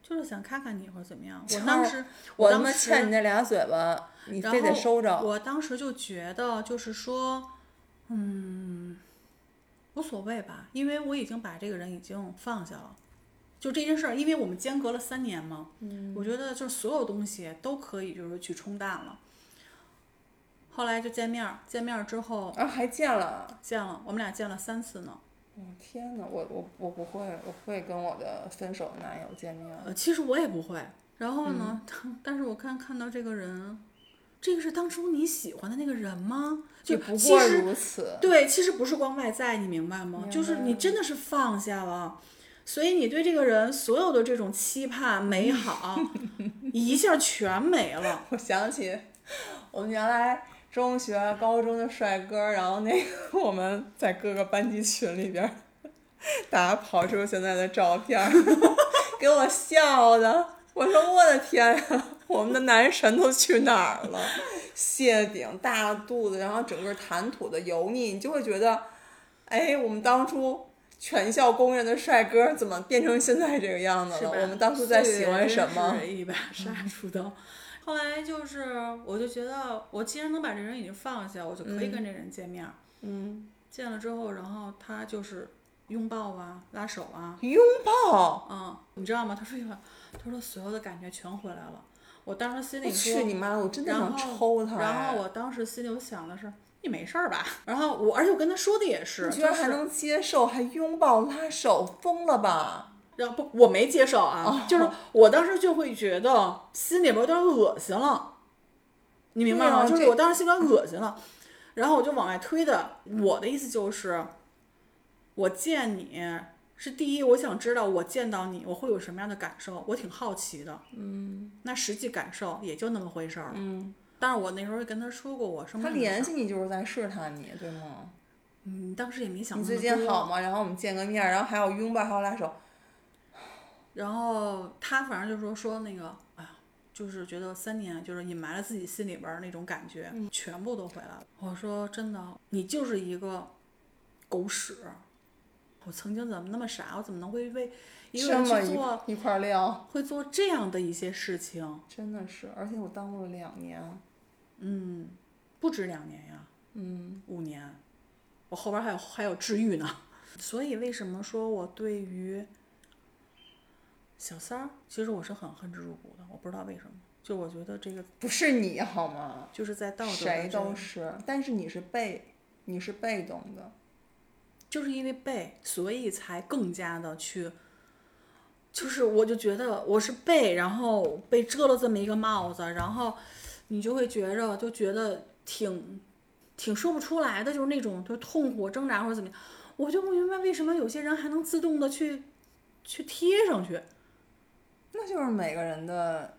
A: 就是想看看你或者怎么样。
C: 操
A: 我当时
C: 我他
A: 当
C: 妈
A: 时
C: 欠你那俩嘴巴，你非得收
A: 然
C: 着。
A: 后我当时就觉得，就是说，嗯，无所谓吧，因为我已经把这个人已经放下了。就这件事儿，因为我们间隔了三年嘛，
C: 嗯
A: 我觉得就是所有东西都可以就是去冲淡了。后来就见面儿，见面儿之后嗯
C: 啊，还见了！
A: 见了，我们俩见了三次呢。
C: 我、天哪，我我我不会，我不会跟我的分手的男友见面。嗯
A: 呃，其实我也不会。然后呢，但是我看看到这个人，
B: 这个是当初你喜欢的那个人吗？就
C: 也不
B: 其
C: 过
B: 实
C: 如此。
B: 对，其实不是光外在，你明白吗？就是你真的是放下了，所以你对这个人所有的这种期盼、美 好，一下全没了。
C: 我想起我们原来中学、高中的帅哥，然后那个我们在各个班级群里边儿，大家刨出现在的照片儿， 给我笑的。我说我的天呀，我们的男神都去哪儿了？谢顶、大肚子，然后整个谈吐的油腻，你就会觉得，哎，我们当初全校公认的帅哥怎么变成现在这个样子
A: 是
C: 了？
A: 吧
C: 我们当初在喜欢什么
A: 岁月真？是一 把杀猪刀。后来就是，我就觉得我既然能把这人已经放下，我就可以跟这人见面儿。
C: 嗯，
A: 见了之后，然后他就是拥抱啊，拉手啊，
C: 拥抱。
A: 嗯，你知道吗？他说一个，他说所有的感觉全回来了。我当时心里
B: 哦
C: 我去
A: 说，
C: 你妈！我真的
A: 然
C: 想
A: 后
C: 抽他哎。
A: 然后我当时心里我想的是，你没事儿吧？然后我，而且我跟他说的也是，
C: 你居
A: 就
C: 然还
A: 是，
C: 能接受，还拥抱拉手，疯了吧？
A: 然后不，我没接受
C: 哦
A: 啊，就是我当时就会觉得心里边有点恶心了，你明白
C: 对
A: 吗？
C: 啊
A: 就是
C: 这
A: 我当时心里有点恶心了，然后我就往外推的。我的意思就是，我见你是第一，我想知道我见到你我会有什么样的感受，我挺好奇的。嗯，那实际感受也就那么回事儿。
C: 嗯，
A: 但是我那时候也跟他说过，我什么
C: 他
A: 都没
C: 联
A: 想，
C: 系你就是在试探你，对吗？
A: 嗯，当时也没想
C: 你
A: 那
C: 最
A: 么
C: 近
A: 多
C: 好吗？然后我们见个面，然后还要拥抱，还要拉手。
A: 然后他反正就说说那个，哎呀，就是觉得三年就是隐瞒了自己心里边儿那种感觉，
C: 嗯
A: 全部都回来了。我说真的，你就是一个狗屎！我曾经怎么那么傻？我怎么能会为一个
C: 这
A: 人
C: 么
A: 去做
C: 一一块料，
A: 会做这样的一些事情？
C: 真的是，而且我耽误了两年。
A: 嗯，不止两年呀，
C: 嗯，
A: 五年，我后边还有还有治愈呢。所以为什么说我对于小三儿，其实我是很恨之入骨的，我不知道为什么，就我觉得这个
C: 不是你好吗？
A: 就是在道德的
C: 谁
A: 这
C: 都
A: 个
C: 是，但是你是被，你是被动的。
A: 就是因为被，所以才更加的去，就是我就觉得我是被，然后被遮了这么一个帽子，然后你就会觉着就觉得挺挺说不出来的，就是那种就痛苦挣扎或者怎么样，我就不明白为什么有些人还能自动的去去贴上去，
C: 那就是每个人的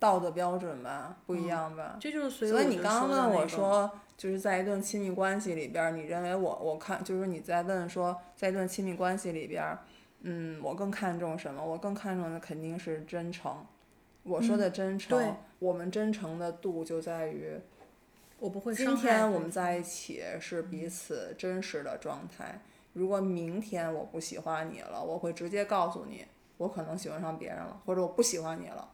C: 道德标准吧，不
A: 嗯
C: 一样吧。
A: 这就是随
C: 所以
A: 我
C: 你
A: 就
C: 刚刚
A: 说的
C: 问
A: 那
C: 我
A: 个，
C: 说，就是在一段亲密关系里边儿，你认为我我看就是你在问说，在一段亲密关系里边儿，嗯，我更看重什么？我更看重的肯定是真诚。我说的真
A: 嗯
C: 诚，
A: 对
C: 我们真诚的度就在于
A: 我不会
C: 今
A: 伤害嗯
C: 天我
A: 你
C: 们在一起是彼此真实的状态。如果明天我不喜欢你了，我会直接告诉你，我可能喜欢上别人了，或者我不喜欢你了。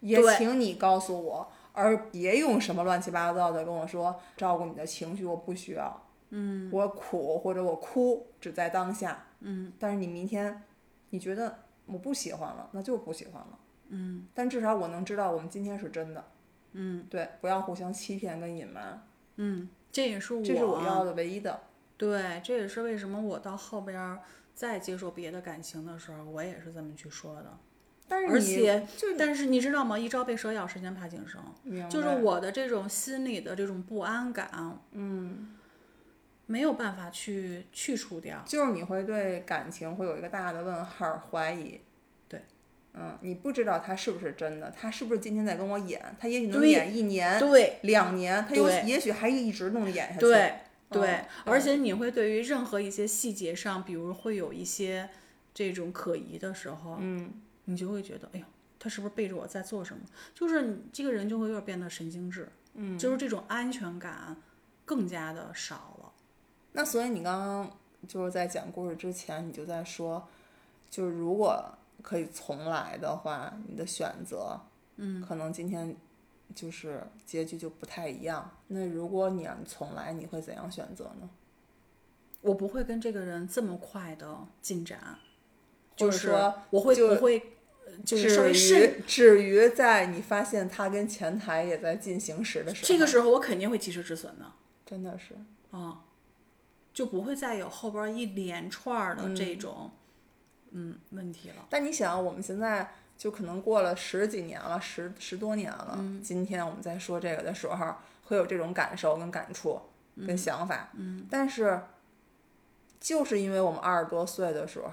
C: 也
A: 对
C: 请你告诉我，而别用什么乱七八糟的跟我说照顾你的情绪，我不需要。嗯，我苦或者我哭，只在当下。嗯，但是你明天，你觉得我不喜欢了，那就是不喜欢了。嗯，但至少我能知道我们今天是真的。嗯，对，不要互相欺骗跟隐瞒，
A: 嗯，这也是我
C: 这是我要的唯一的。
A: 对，这也是为什么我到后边儿再接受别的感情的时候，我也是这么去说的。
C: 但是
A: 而
C: 你
A: 且
C: 就
A: 但是你知道吗？一朝被蛇咬，十年怕井绳。
C: 明白
A: 就是我的这种心理的这种不安感，啊
C: 嗯，
A: 没有办法去去除掉。
C: 就是你会对感情会有一个大的问号怀疑。
A: 对，
C: 嗯，你不知道他是不是真的，他是不是今天在跟我演？他也许能
A: 对
C: 演一年、
A: 对
C: 两年，他有
A: 对
C: 也许还一直能演下去。
A: 对对
C: 嗯，
A: 而且你会对于任何一些细节上，比如会有一些这种可疑的时候，
C: 嗯，
A: 你就会觉得，哎呦，他是不是背着我在做什么？就是你这个人就会有点变得神经质，嗯，就是这种安全感更加的少了。
C: 那所以你刚刚就是在讲故事之前，你就在说，就是如果可以重来的话，你的选择，嗯，可能今天就是结局就不太一样。那如果你让你重来，你会怎样选择呢？
A: 我不会跟这个人这么快的进展，
C: 或
A: 就
C: 者
A: 是
C: 说
A: 我会
C: 就
A: 我会呃就是稍微
C: 至
A: 慎。
C: 于至于在你发现他跟前台也在进行时的时候，
A: 这个时候我肯定会及时止损的啊、
C: 真的是
A: 就不会再有后边儿一连串儿的这种嗯问题了。
C: 但你想，我们现在就可能过了十几年了，十十多年了，今天我们在说这个的时候，会有这种感受跟感触跟想法。嗯，但是就是因为我们二十多岁的时候，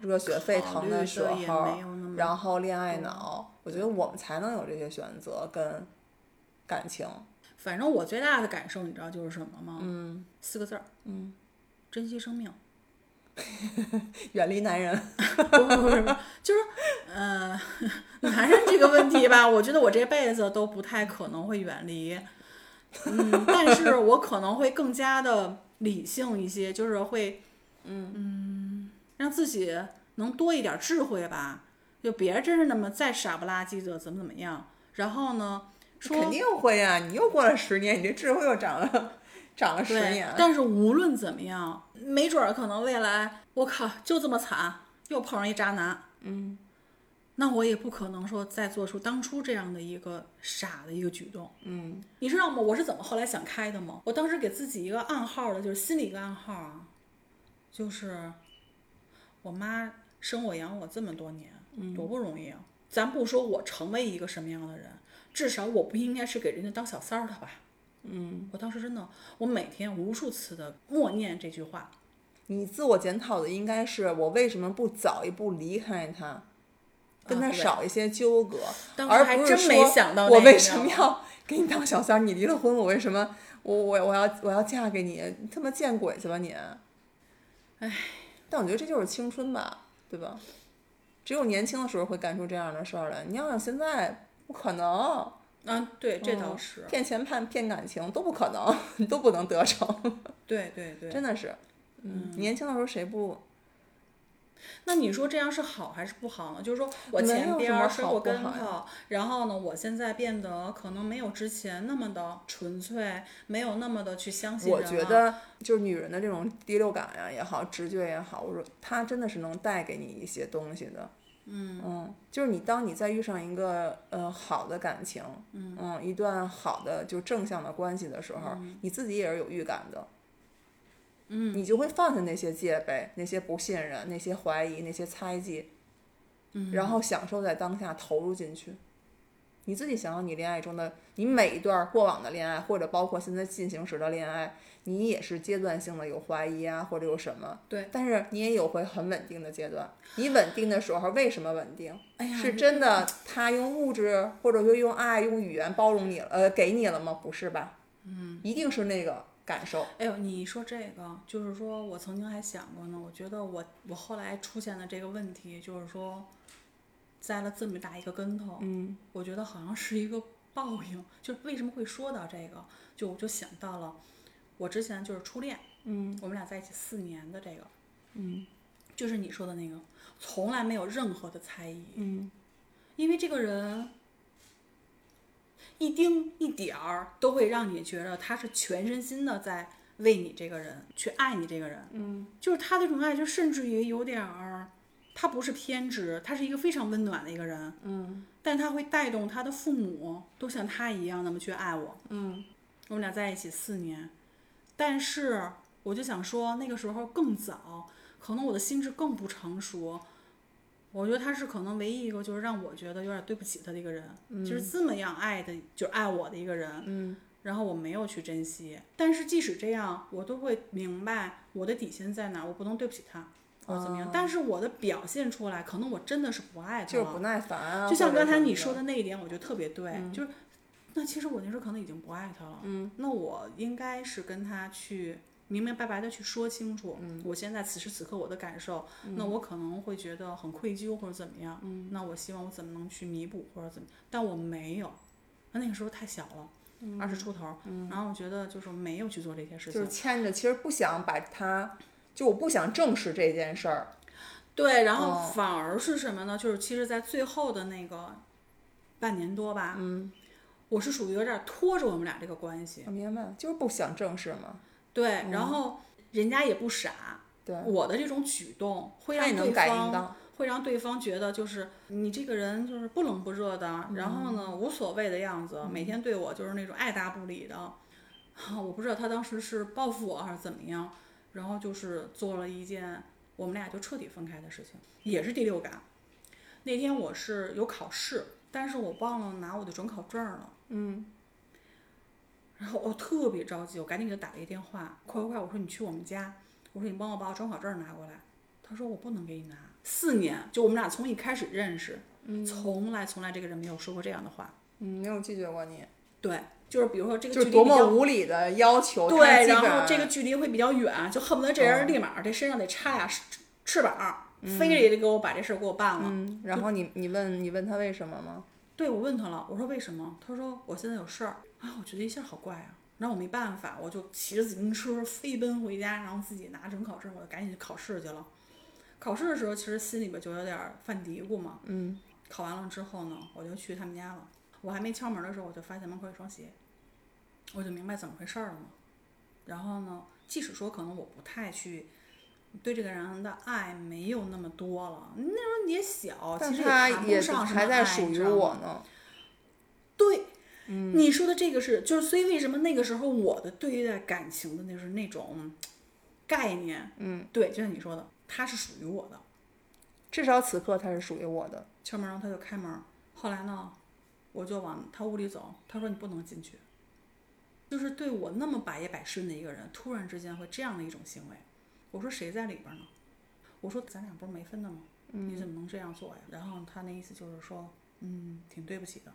C: 热血沸腾
A: 考虑
C: 时候，
A: 也没有那么
C: 然后恋爱脑，我觉得我们才能有这些选择跟感情。
A: 反正我最大的感受，你知道就是什么吗？嗯，四个字儿，嗯，珍惜生命。
C: 远离男人，
A: 不不不不不，就是，呃，男人这个问题吧，我觉得我这辈子都不太可能会远离，嗯，但是我可能会更加的理性一些，就是会，嗯让自己能多一点智慧吧，就别真是那么再傻不拉几的怎么怎么样，然后呢，说
C: 肯定会呀、你又过了十年，你这智慧又长了，长了十
A: 对
C: 年，。
A: 但是无论怎么样，没准儿可能未来我靠就这么惨，又碰上一渣男，嗯，那我也不可能说再做出当初这样的一个傻的一个举动，
C: 嗯，
A: 你知道吗？我是怎么后来想开的吗？我当时给自己一个暗号的，就是心里一个暗号啊，就是我妈生我养我这么多年，多不容易啊！咱不说我成为一个什么样的人，至少我不应该是给人家当小三儿的吧。嗯，我当时真的，我每天无数次的默念这句话，
C: 你自我检讨的应该是我为什么不早一步离开他，跟他
A: 啊对
C: 少一些纠葛，
A: 当时
C: 而
A: 还
C: 不是
A: 真没
C: 说
A: 想到
C: 我
A: 这
C: 为
A: 个
C: 什么要给你当小三儿？你离了婚，我为什么我我我要我要嫁给你？你他妈见鬼去吧你！哎，但我觉得这就是青春吧，对吧？只有年轻的时候会干出这样的事儿来，你要想现在不可能。
A: 啊，对，这倒
C: 嗯
A: 是，
C: 骗钱、骗骗感情都不可能， 都不能得逞，
A: 对对对。
C: 真的是。嗯，年轻的时候谁不
A: 那你说这样是好还是不好呢？就是说我
C: 没
A: 前
C: 有
A: 边
C: 什
A: 儿
C: 么
A: 摔
C: 好
A: 过
C: 不
A: 跟
C: 好呀
A: 头，然后呢，我现在变得可能没有之前那么的纯粹，没有那么的去相信人啊
C: 我
A: 了。
C: 觉得就是女人的这种第六感呀、也好，直觉也好，我说她真的是能带给你一些东西的。嗯就是你当你再遇上一个呃好的感情，嗯一段好的就正向的关系的时候，
A: 嗯
C: 你自己也是有预感的。嗯，你就会放下那些戒备、那些不信任、那些怀疑、那些猜忌，嗯，然后享受在当下，投入进去。你自己想想，你恋爱中的你每一段过往的恋爱，或者包括现在进行时的恋爱，你也是阶段性的有怀疑啊，或者有什么，
A: 对，
C: 但是你也有会很稳定的阶段。你稳定的时候，为什么稳定？
A: 哎呀，
C: 是真的他用物质或者说用爱、用语言包容你了，呃，给你了吗？不是吧？嗯，一定是那个感受。
A: 哎呦，你说这个，就是说我曾经还想过呢。我觉得我我后来出现的这个问题，就是说栽了这么大一个跟头，
C: 嗯，
A: 我觉得好像是一个报应。就是为什么会说到这个，就我就想到了我之前就是初恋，嗯，我们俩在一起四年的这个，嗯，就是你说的那个，从来没有任何的猜疑，
C: 嗯，
A: 因为这个人一丁一点儿都会让你觉得他是全身心的在为你这个人去爱你这个人，嗯，就是他的这种爱，就甚至于有点儿，他不是偏执，他是一个非常温暖的一个人，嗯，但他会带动他的父母都像他一样那么去爱我，嗯，我们俩在一起四年，但是我就想说，那个时候更早，可能我的心智更不成熟。我觉得他是可能唯一一个就是让我觉得有点对不起他的一个人，就是这么样爱的，就是爱我的一个人。
C: 嗯，
A: 然后我没有去珍惜，但是即使这样，我都会明白我的底线在哪儿，我不能对不起他，或者怎么样。但是我的表现出来，可能我真的是不爱他了，
C: 就是不耐烦啊。
A: 就像
C: 或者
A: 刚才
C: 什么嗯
A: 你
C: 的
A: 说的那一点，我觉得特别对，就是那其实我那时候可能已经不爱他了，嗯，那我应该是跟他去明明白白的去说清楚，嗯，我现在此时此刻我的感受，
C: 嗯
A: 那我可能会觉得很愧疚或者怎么样，嗯，那我希望我怎么能去弥补或者怎么，但我没有，那个时候太小了。
C: 嗯
A: 二十出头，然后我觉得就是没有去做这些事情，
C: 就是牵着，其实不想把它，就我不想正视这件事儿。
A: 对，然后
C: 哦
A: 反而是什么呢？就是其实，在最后的那个半年多吧，嗯，我是属于有点拖着我们俩这个关系。
C: 我明白，就是不想正视嘛。
A: 对，然后人家也不傻，
C: 哦对，
A: 我的这种举动啊哦会
C: 他也
A: 让
C: 能
A: 对
C: 感应
A: 方
C: 到。
A: 会让对方觉得就是你这个人就是不冷不热的，然后呢无所谓的样子，每天对我就是那种爱答不理的。啊我不知道他当时是报复我还是怎么样，然后就是做了一件我们俩就彻底分开的事情，也是第六感。那天我是有考试，但是我忘了拿我的准考证了。
C: 嗯
A: 然后我特别着急，我赶紧给他打了一个电话，快快快！我说你去我们家，我说你帮我把我准考证拿过来。他说我不能给你拿。四年，就我们俩从一开始认识，从来从来这个人没有说过这样的话。
C: 嗯，没有拒绝过你，
A: 对，就是比如说这个距
C: 就是
A: 离比
C: 多么
A: 较
C: 无理的要求。他
A: 对，
C: 基
A: 然
C: 本嗯
A: 后这个距离会比较远，就恨不得这人立马这身上得插俩翅翅膀，飞着也得给我把这事儿给我办了。
C: 嗯，然后你你问你问他为什么吗？
A: 对，我问他了，我说为什么？他说我现在有事儿啊，我觉得一下好怪啊。然后我没办法，我就骑着自行车飞奔回家，然后自己拿准考证，我就赶紧去考试去了。考试的时候，其实心里边就有点儿犯嘀咕嘛。
C: 嗯，
A: 考完了之后呢，我就去他们家了。我还没敲门的时候，我就发现门口有双鞋，我就明白怎么回事儿了嘛。然后呢，即使说可能我不太去对这个人的爱没有那么多了，那时候你也小，
C: 但
A: 哦其实
C: 他
A: 谈
C: 也
A: 不上什么
C: 还在
A: 爱
C: 属
A: 你
C: 于
A: 知道吗
C: 我呢。
A: 对，你说的这个是，就是所以为什么那个时候我的对待感情的那是那种概念，嗯，对，就像你说的，他是属于我的。
C: 至少此刻他是属于我的。
A: 敲门，然后他就开门。后来呢，我就往他屋里走，他说你不能进去。就是对我那么百依百顺的一个人，突然之间会这样的一种行为，我说谁在里边呢？我说咱俩不是没分的吗？你怎么能这样做呀？然后他那意思就是说，嗯，挺对不起的。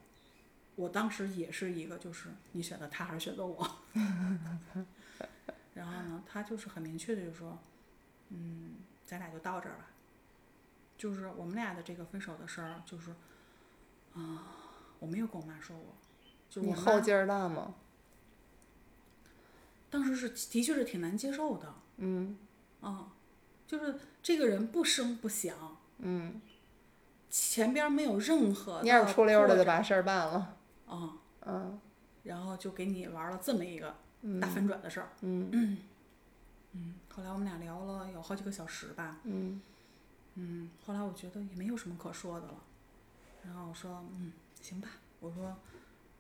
A: 我当时也是一个，就是你选择他还是选择我？ 然后呢，他就是很明确的就说，嗯，咱俩就到这儿吧。就是我们俩的这个分手的事儿，就是，啊、啊我没有跟我妈说过，就
C: 你
A: 我
C: 后
A: 妈
C: 劲儿大吗？
A: 当时是的确是挺难接受的，
C: 嗯
A: 啊，就是这个人不声不响，
C: 嗯，
A: 前边没有任何的
C: 你要是出溜儿
A: 挫
C: 了就
A: 折
C: 把事儿办了。
A: 啊，
C: 嗯
A: 然后就给你玩了这么一个大反转的事儿。
C: 嗯
A: 嗯，后来我们俩聊了有好几个小时吧。
C: 嗯
A: 嗯，后来我觉得也没有什么可说的了，然后我说，嗯，行吧，我说，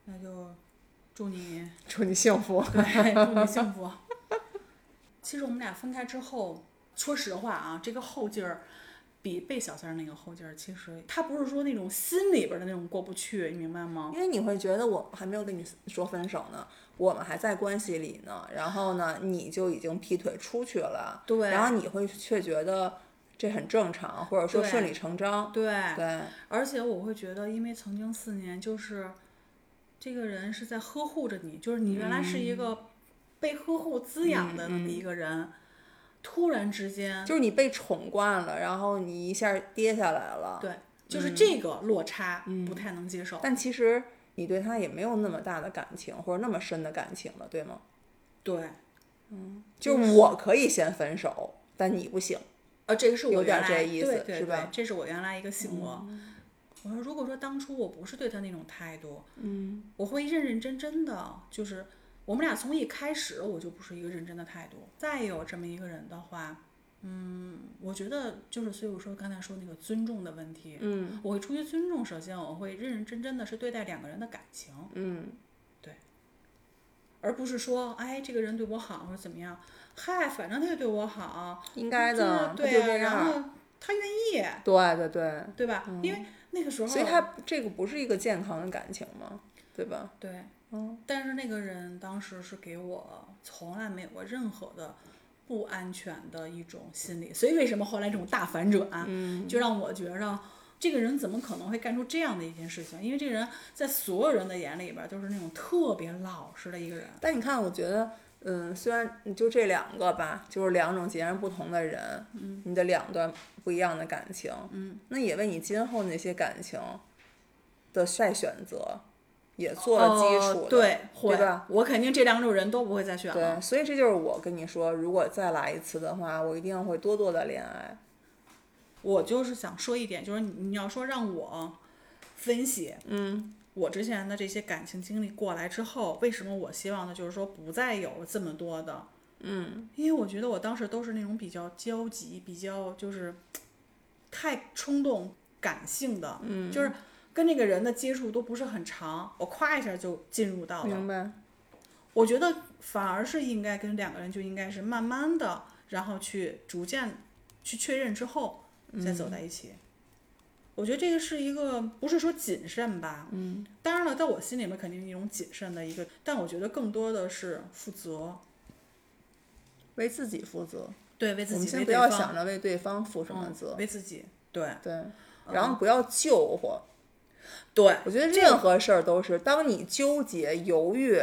A: 那就祝你
C: 祝你幸福。
A: 对，祝你幸福。 其实我们俩分开之后，说实话啊，这个后劲儿比被小三儿那个后劲儿，其实他不是说那种心里边儿的那种过不去，你明白吗？
C: 因为你会觉得我还没有跟你说分手呢，我们还在关系里呢，然后呢，你就已经劈腿出去了，
A: 对
C: 然后你会却觉得这很正常，或者说
A: 对
C: 顺理成章，
A: 对，
C: 对，
A: 而且我会觉得，因为曾经四年，就是这个人是在呵护着你，就是你原来是
C: 嗯
A: 一个被呵护滋养的那么一个人，突然之间，
C: 就是你被宠惯了，然后你一下跌下来了，
A: 对，
C: 嗯
A: 就是这个落差不太能接受。
C: 但其实你对他也没有那么大的感情或者那么深的感情了，对吗？
A: 对，嗯
C: 就是我可以先分手，但你不行，
A: 呃，这个是
C: 有
A: 我
C: 点
A: 原来
C: 哦这意思
A: 对对
C: 是吧嗯
A: 对这是我原来一个性格。我说，如果说当初我不是对他那种态度，嗯，我会认认真真的，就是我们俩从一开始我就不是一个认真的态度。再有这么一个人的话，嗯，我觉得就是，所以我说刚才说那个尊重的问题，
C: 嗯
A: 我会出于尊重，首先我会认认真真的是对待两个人的感情，
C: 嗯，
A: 而不是说，哎，这个人对我好或者怎么样，嗨，反正他就对我好，
C: 应该
A: 就是
C: 的，他
A: 对
C: 就
A: 啊，
C: 这
A: 然
C: 样，
A: 后他愿意，
C: 对对对。嗯
A: 对吧？因为那个时候，
C: 所以他这个不是一个健康的感情嘛，对吧？
A: 对，
C: 嗯，
A: 但是那个人当时是给我从来没有过任何的不安全的一种心理，所以为什么后来这种大反转，
C: 嗯
A: 就让我觉着。这个人怎么可能会干出这样的一件事情？因为这个人在所有人的眼里边儿都是那种特别老实的一个人。
C: 但你看，我觉得，嗯，虽然你就这两个吧，就是两种截然不同的人，嗯，你的两段不一样的感情，嗯，那也为你今后那些感情的再选择也做了基础的，
A: 呃对，会
C: 吧？？
A: 我肯定这两种人都不会再选了。
C: 对，所以这就是我跟你说，如果再来一次的话，我一定会多做的恋爱。
A: 我就是想说一点，就是你你要说让我分析，嗯，我之前的这些感情经历过来之后，为什么我希望呢？就是说不再有这么多的，嗯，因为我觉得我当时都是那种比较焦急、比较就是太冲动、感性的，嗯，就是跟这个人的接触都不是很长，我夸一下就进入到了，
C: 明白？
A: 我觉得反而是应该跟两个人就应该是慢慢的，嗯然后去逐渐去确认之后再走在一起。我觉得这个是一个不是说谨慎吧，嗯，当然了，在我心里面肯定是一种谨慎的一个，但我觉得更多的是负责，
C: 为自己负责。
A: 对，为自己，
C: 我们先
A: 为
C: 不
A: 对
C: 要
A: 方
C: 想着为对方负什么
A: 嗯
C: 责，
A: 为自己，对
C: 对，然后不要救火。
A: 对，
C: 我觉得任何事儿都是，当你纠结犹豫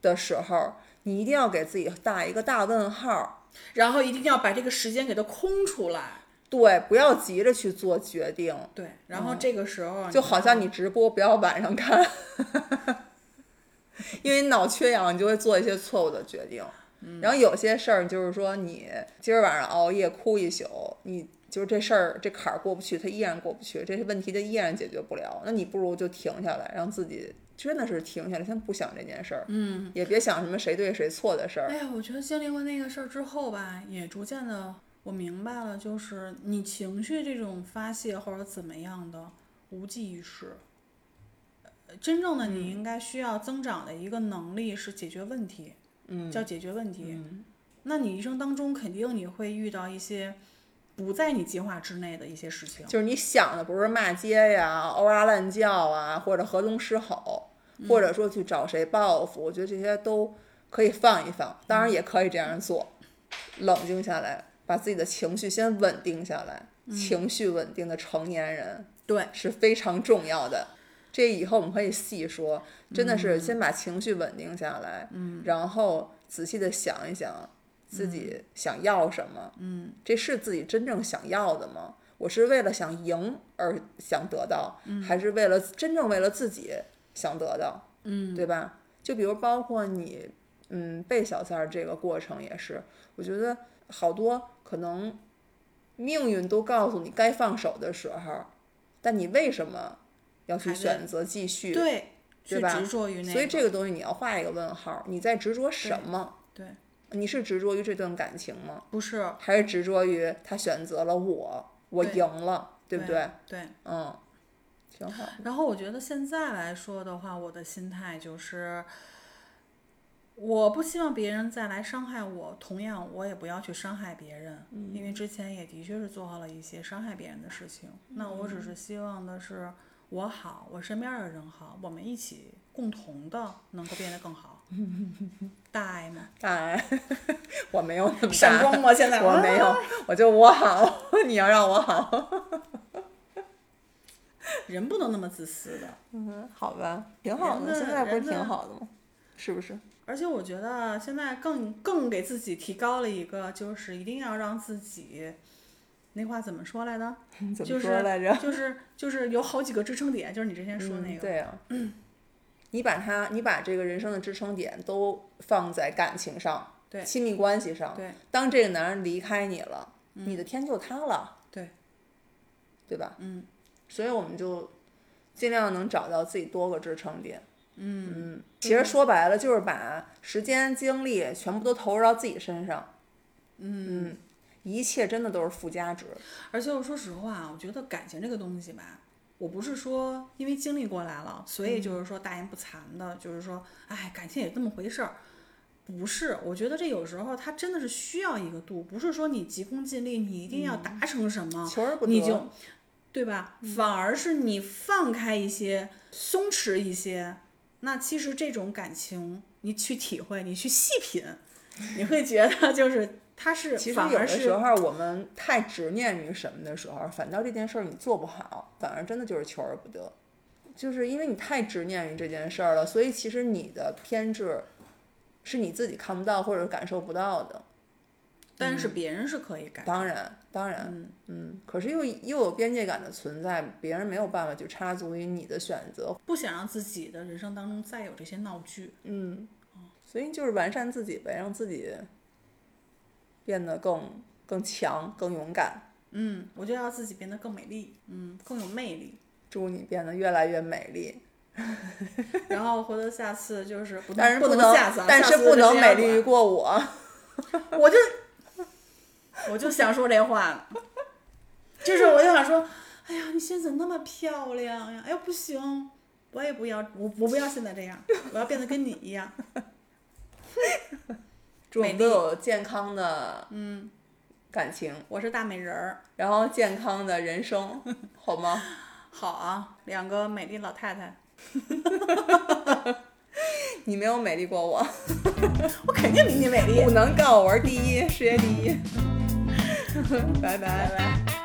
C: 的时候，你一定要给自己打一个大问号。
A: 然后一定要把这个时间给它空出来，
C: 对，不要急着去做决定，
A: 对，然后这个时候
C: 就好像你直播不要晚上看，因为脑缺氧，你就会做一些错误的决定。然后有些事儿就是说，你今儿晚上熬夜哭一宿，你就是这事儿这坎儿过不去，它依然过不去，这些问题它依然解决不了。那你不如就停下来，让自己真的是停下来，先不想这件事儿，嗯，也别想什么谁对谁错的事儿。
A: 哎呀，我觉得经历过那个事儿之后吧，也逐渐的我明白了，就是你情绪这种发泄或者怎么样的无济于事。呃真正的你
C: 嗯
A: 应该需要增长的一个能力是解决问题，嗯，叫解决问题。
C: 嗯
A: 那你一生当中肯定你会遇到一些不在你计划之内的一些事情，
C: 就是你想的不是骂街呀、嗷哇乱叫啊，或者河东狮吼，
A: 嗯
C: 或者说去找谁报复，我觉得这些都可以放一放。
A: 嗯
C: 当然也可以这样做，冷静下来，把自己的情绪先稳定下来。情绪稳定的成年人
A: 嗯对
C: 是非常重要的。这以后我们可以细说，真的
A: 嗯
C: 是先把情绪稳定下来，嗯，然后仔细的想一想自
A: 嗯
C: 己想要什么，嗯，这是自己真正想要的吗？我是为了想赢而想得到，
A: 嗯
C: 还是为了真正为了自己想得到？嗯，对吧？就比如包括你，嗯，背小三儿这个过程也是，我觉得好多可能命运都告诉你该放手的时候，但你为什么要去
A: 还在
C: 选择继续？
A: 对，去
C: 对吧
A: 执着于那个，
C: 所以这个东西你要画一个问号，你在执着什么？
A: 对
C: 你是执着于这段感情吗？
A: 不是
C: 还是执着于他选择了我，我
A: 对
C: 赢了，对不对？
A: 对。
C: 嗯，挺好。
A: 然后我觉得现在来说的话，我的心态就是，我不希望别人再来伤害我，同样我也不要去伤害别人，
D: 嗯
A: 因为之前也的确是做了一些伤害别人的事情。
D: 嗯
A: 那我只是希望的是我好，我身边的人好，我们一起共同的能够变得 更好。大爱嘛，
C: 哎， 我没有那么
D: 闪
C: 大，
D: 光吗？现在啊
C: 我没有，我就我好， 你要让我好，
A: 人不能那么自私的。
C: 嗯，好吧，挺好
A: 人
C: 的，
A: 的
C: 现在不是
A: 人的
C: 挺好的吗？是不是？
A: 而且我觉得现在更更给自己提高了一个，就是一定要让自己，那话怎么说来
C: 啊
A: 着？
C: 怎
A: 就
C: 么
A: 是
C: 说来着？
A: 就是 就是有好几个支撑点，就是你之前说那
C: 嗯、
A: 个，
C: 对啊，你把它，你把这个人生的支撑点都放在感情上，
A: 对
C: 亲密关系上，
A: 对，嗯
C: 当这个男人离开你了，你的天就塌了，
A: 对，
C: 对吧？
A: 嗯，
C: 所以我们就尽量能找到自己多个支撑点。嗯嗯，其实说白了就是把时间精力全部都投入到自己身上。嗯一切真的都是附加值。
A: 而且我说实话，我觉得感情这个东西吧，我不是说因为经历过来了，所
C: 嗯
A: 以就是说大言不惭的，就是说，哎，感情也这么回事儿。不是，我觉得这有时候它真的是需要一个度，不是说你急功近利，你一定
C: 嗯
A: 要达成什么，
C: 求而不得，
A: 你就，对吧？反而是你放开一些，松弛一些，那其实这种感情，你去体会，你去细品，你会觉得就是它是
C: 其实
A: 反
C: 有
A: 而
C: 的时
A: 是
C: 候我们太执念于什么的时候，反倒这件事儿你做不好，反而真的就是求而不得，就是因为你太执念于这件事儿了，所以其实你的偏执是你自己看不到或者感受不到的。
A: 但是别人是可以改，
C: 当然，当然，嗯可是又又有边界感的存在，别人没有办法去插足于你的选择，
A: 不想让自己的人生当中再有这些闹剧。
C: 嗯，所以就是完善自己呗，让自己变得更更强、更勇敢。
A: 嗯，我就要自己变得更美丽，嗯，更有魅力。
C: 祝你变得越来越美丽。
A: 然后回头下次就是不能，
C: 但是
A: 不
C: 能
A: 下次啊，
C: 但
A: 下
C: 是
A: 次就
C: 不能
A: 这
C: 美
A: 样
C: 丽于
A: 了，
C: 过 我。
A: 我就我就想说这话了，就是我就想说，哎呀，你现在怎么那么漂亮呀？哎呀，不行，我也不要，我我不要现在这样，我要变得跟你一样。
C: 祝我
A: 美
C: 们都有健康的嗯感情，
A: 我是大美人儿，
C: 然后健康的人 生，好吗？
A: 好啊，两个美丽老太太，
C: 你没有美丽过我，
A: 我肯定比你美丽
C: 不。能告我是第一，世界第一。拜拜
A: 拜拜。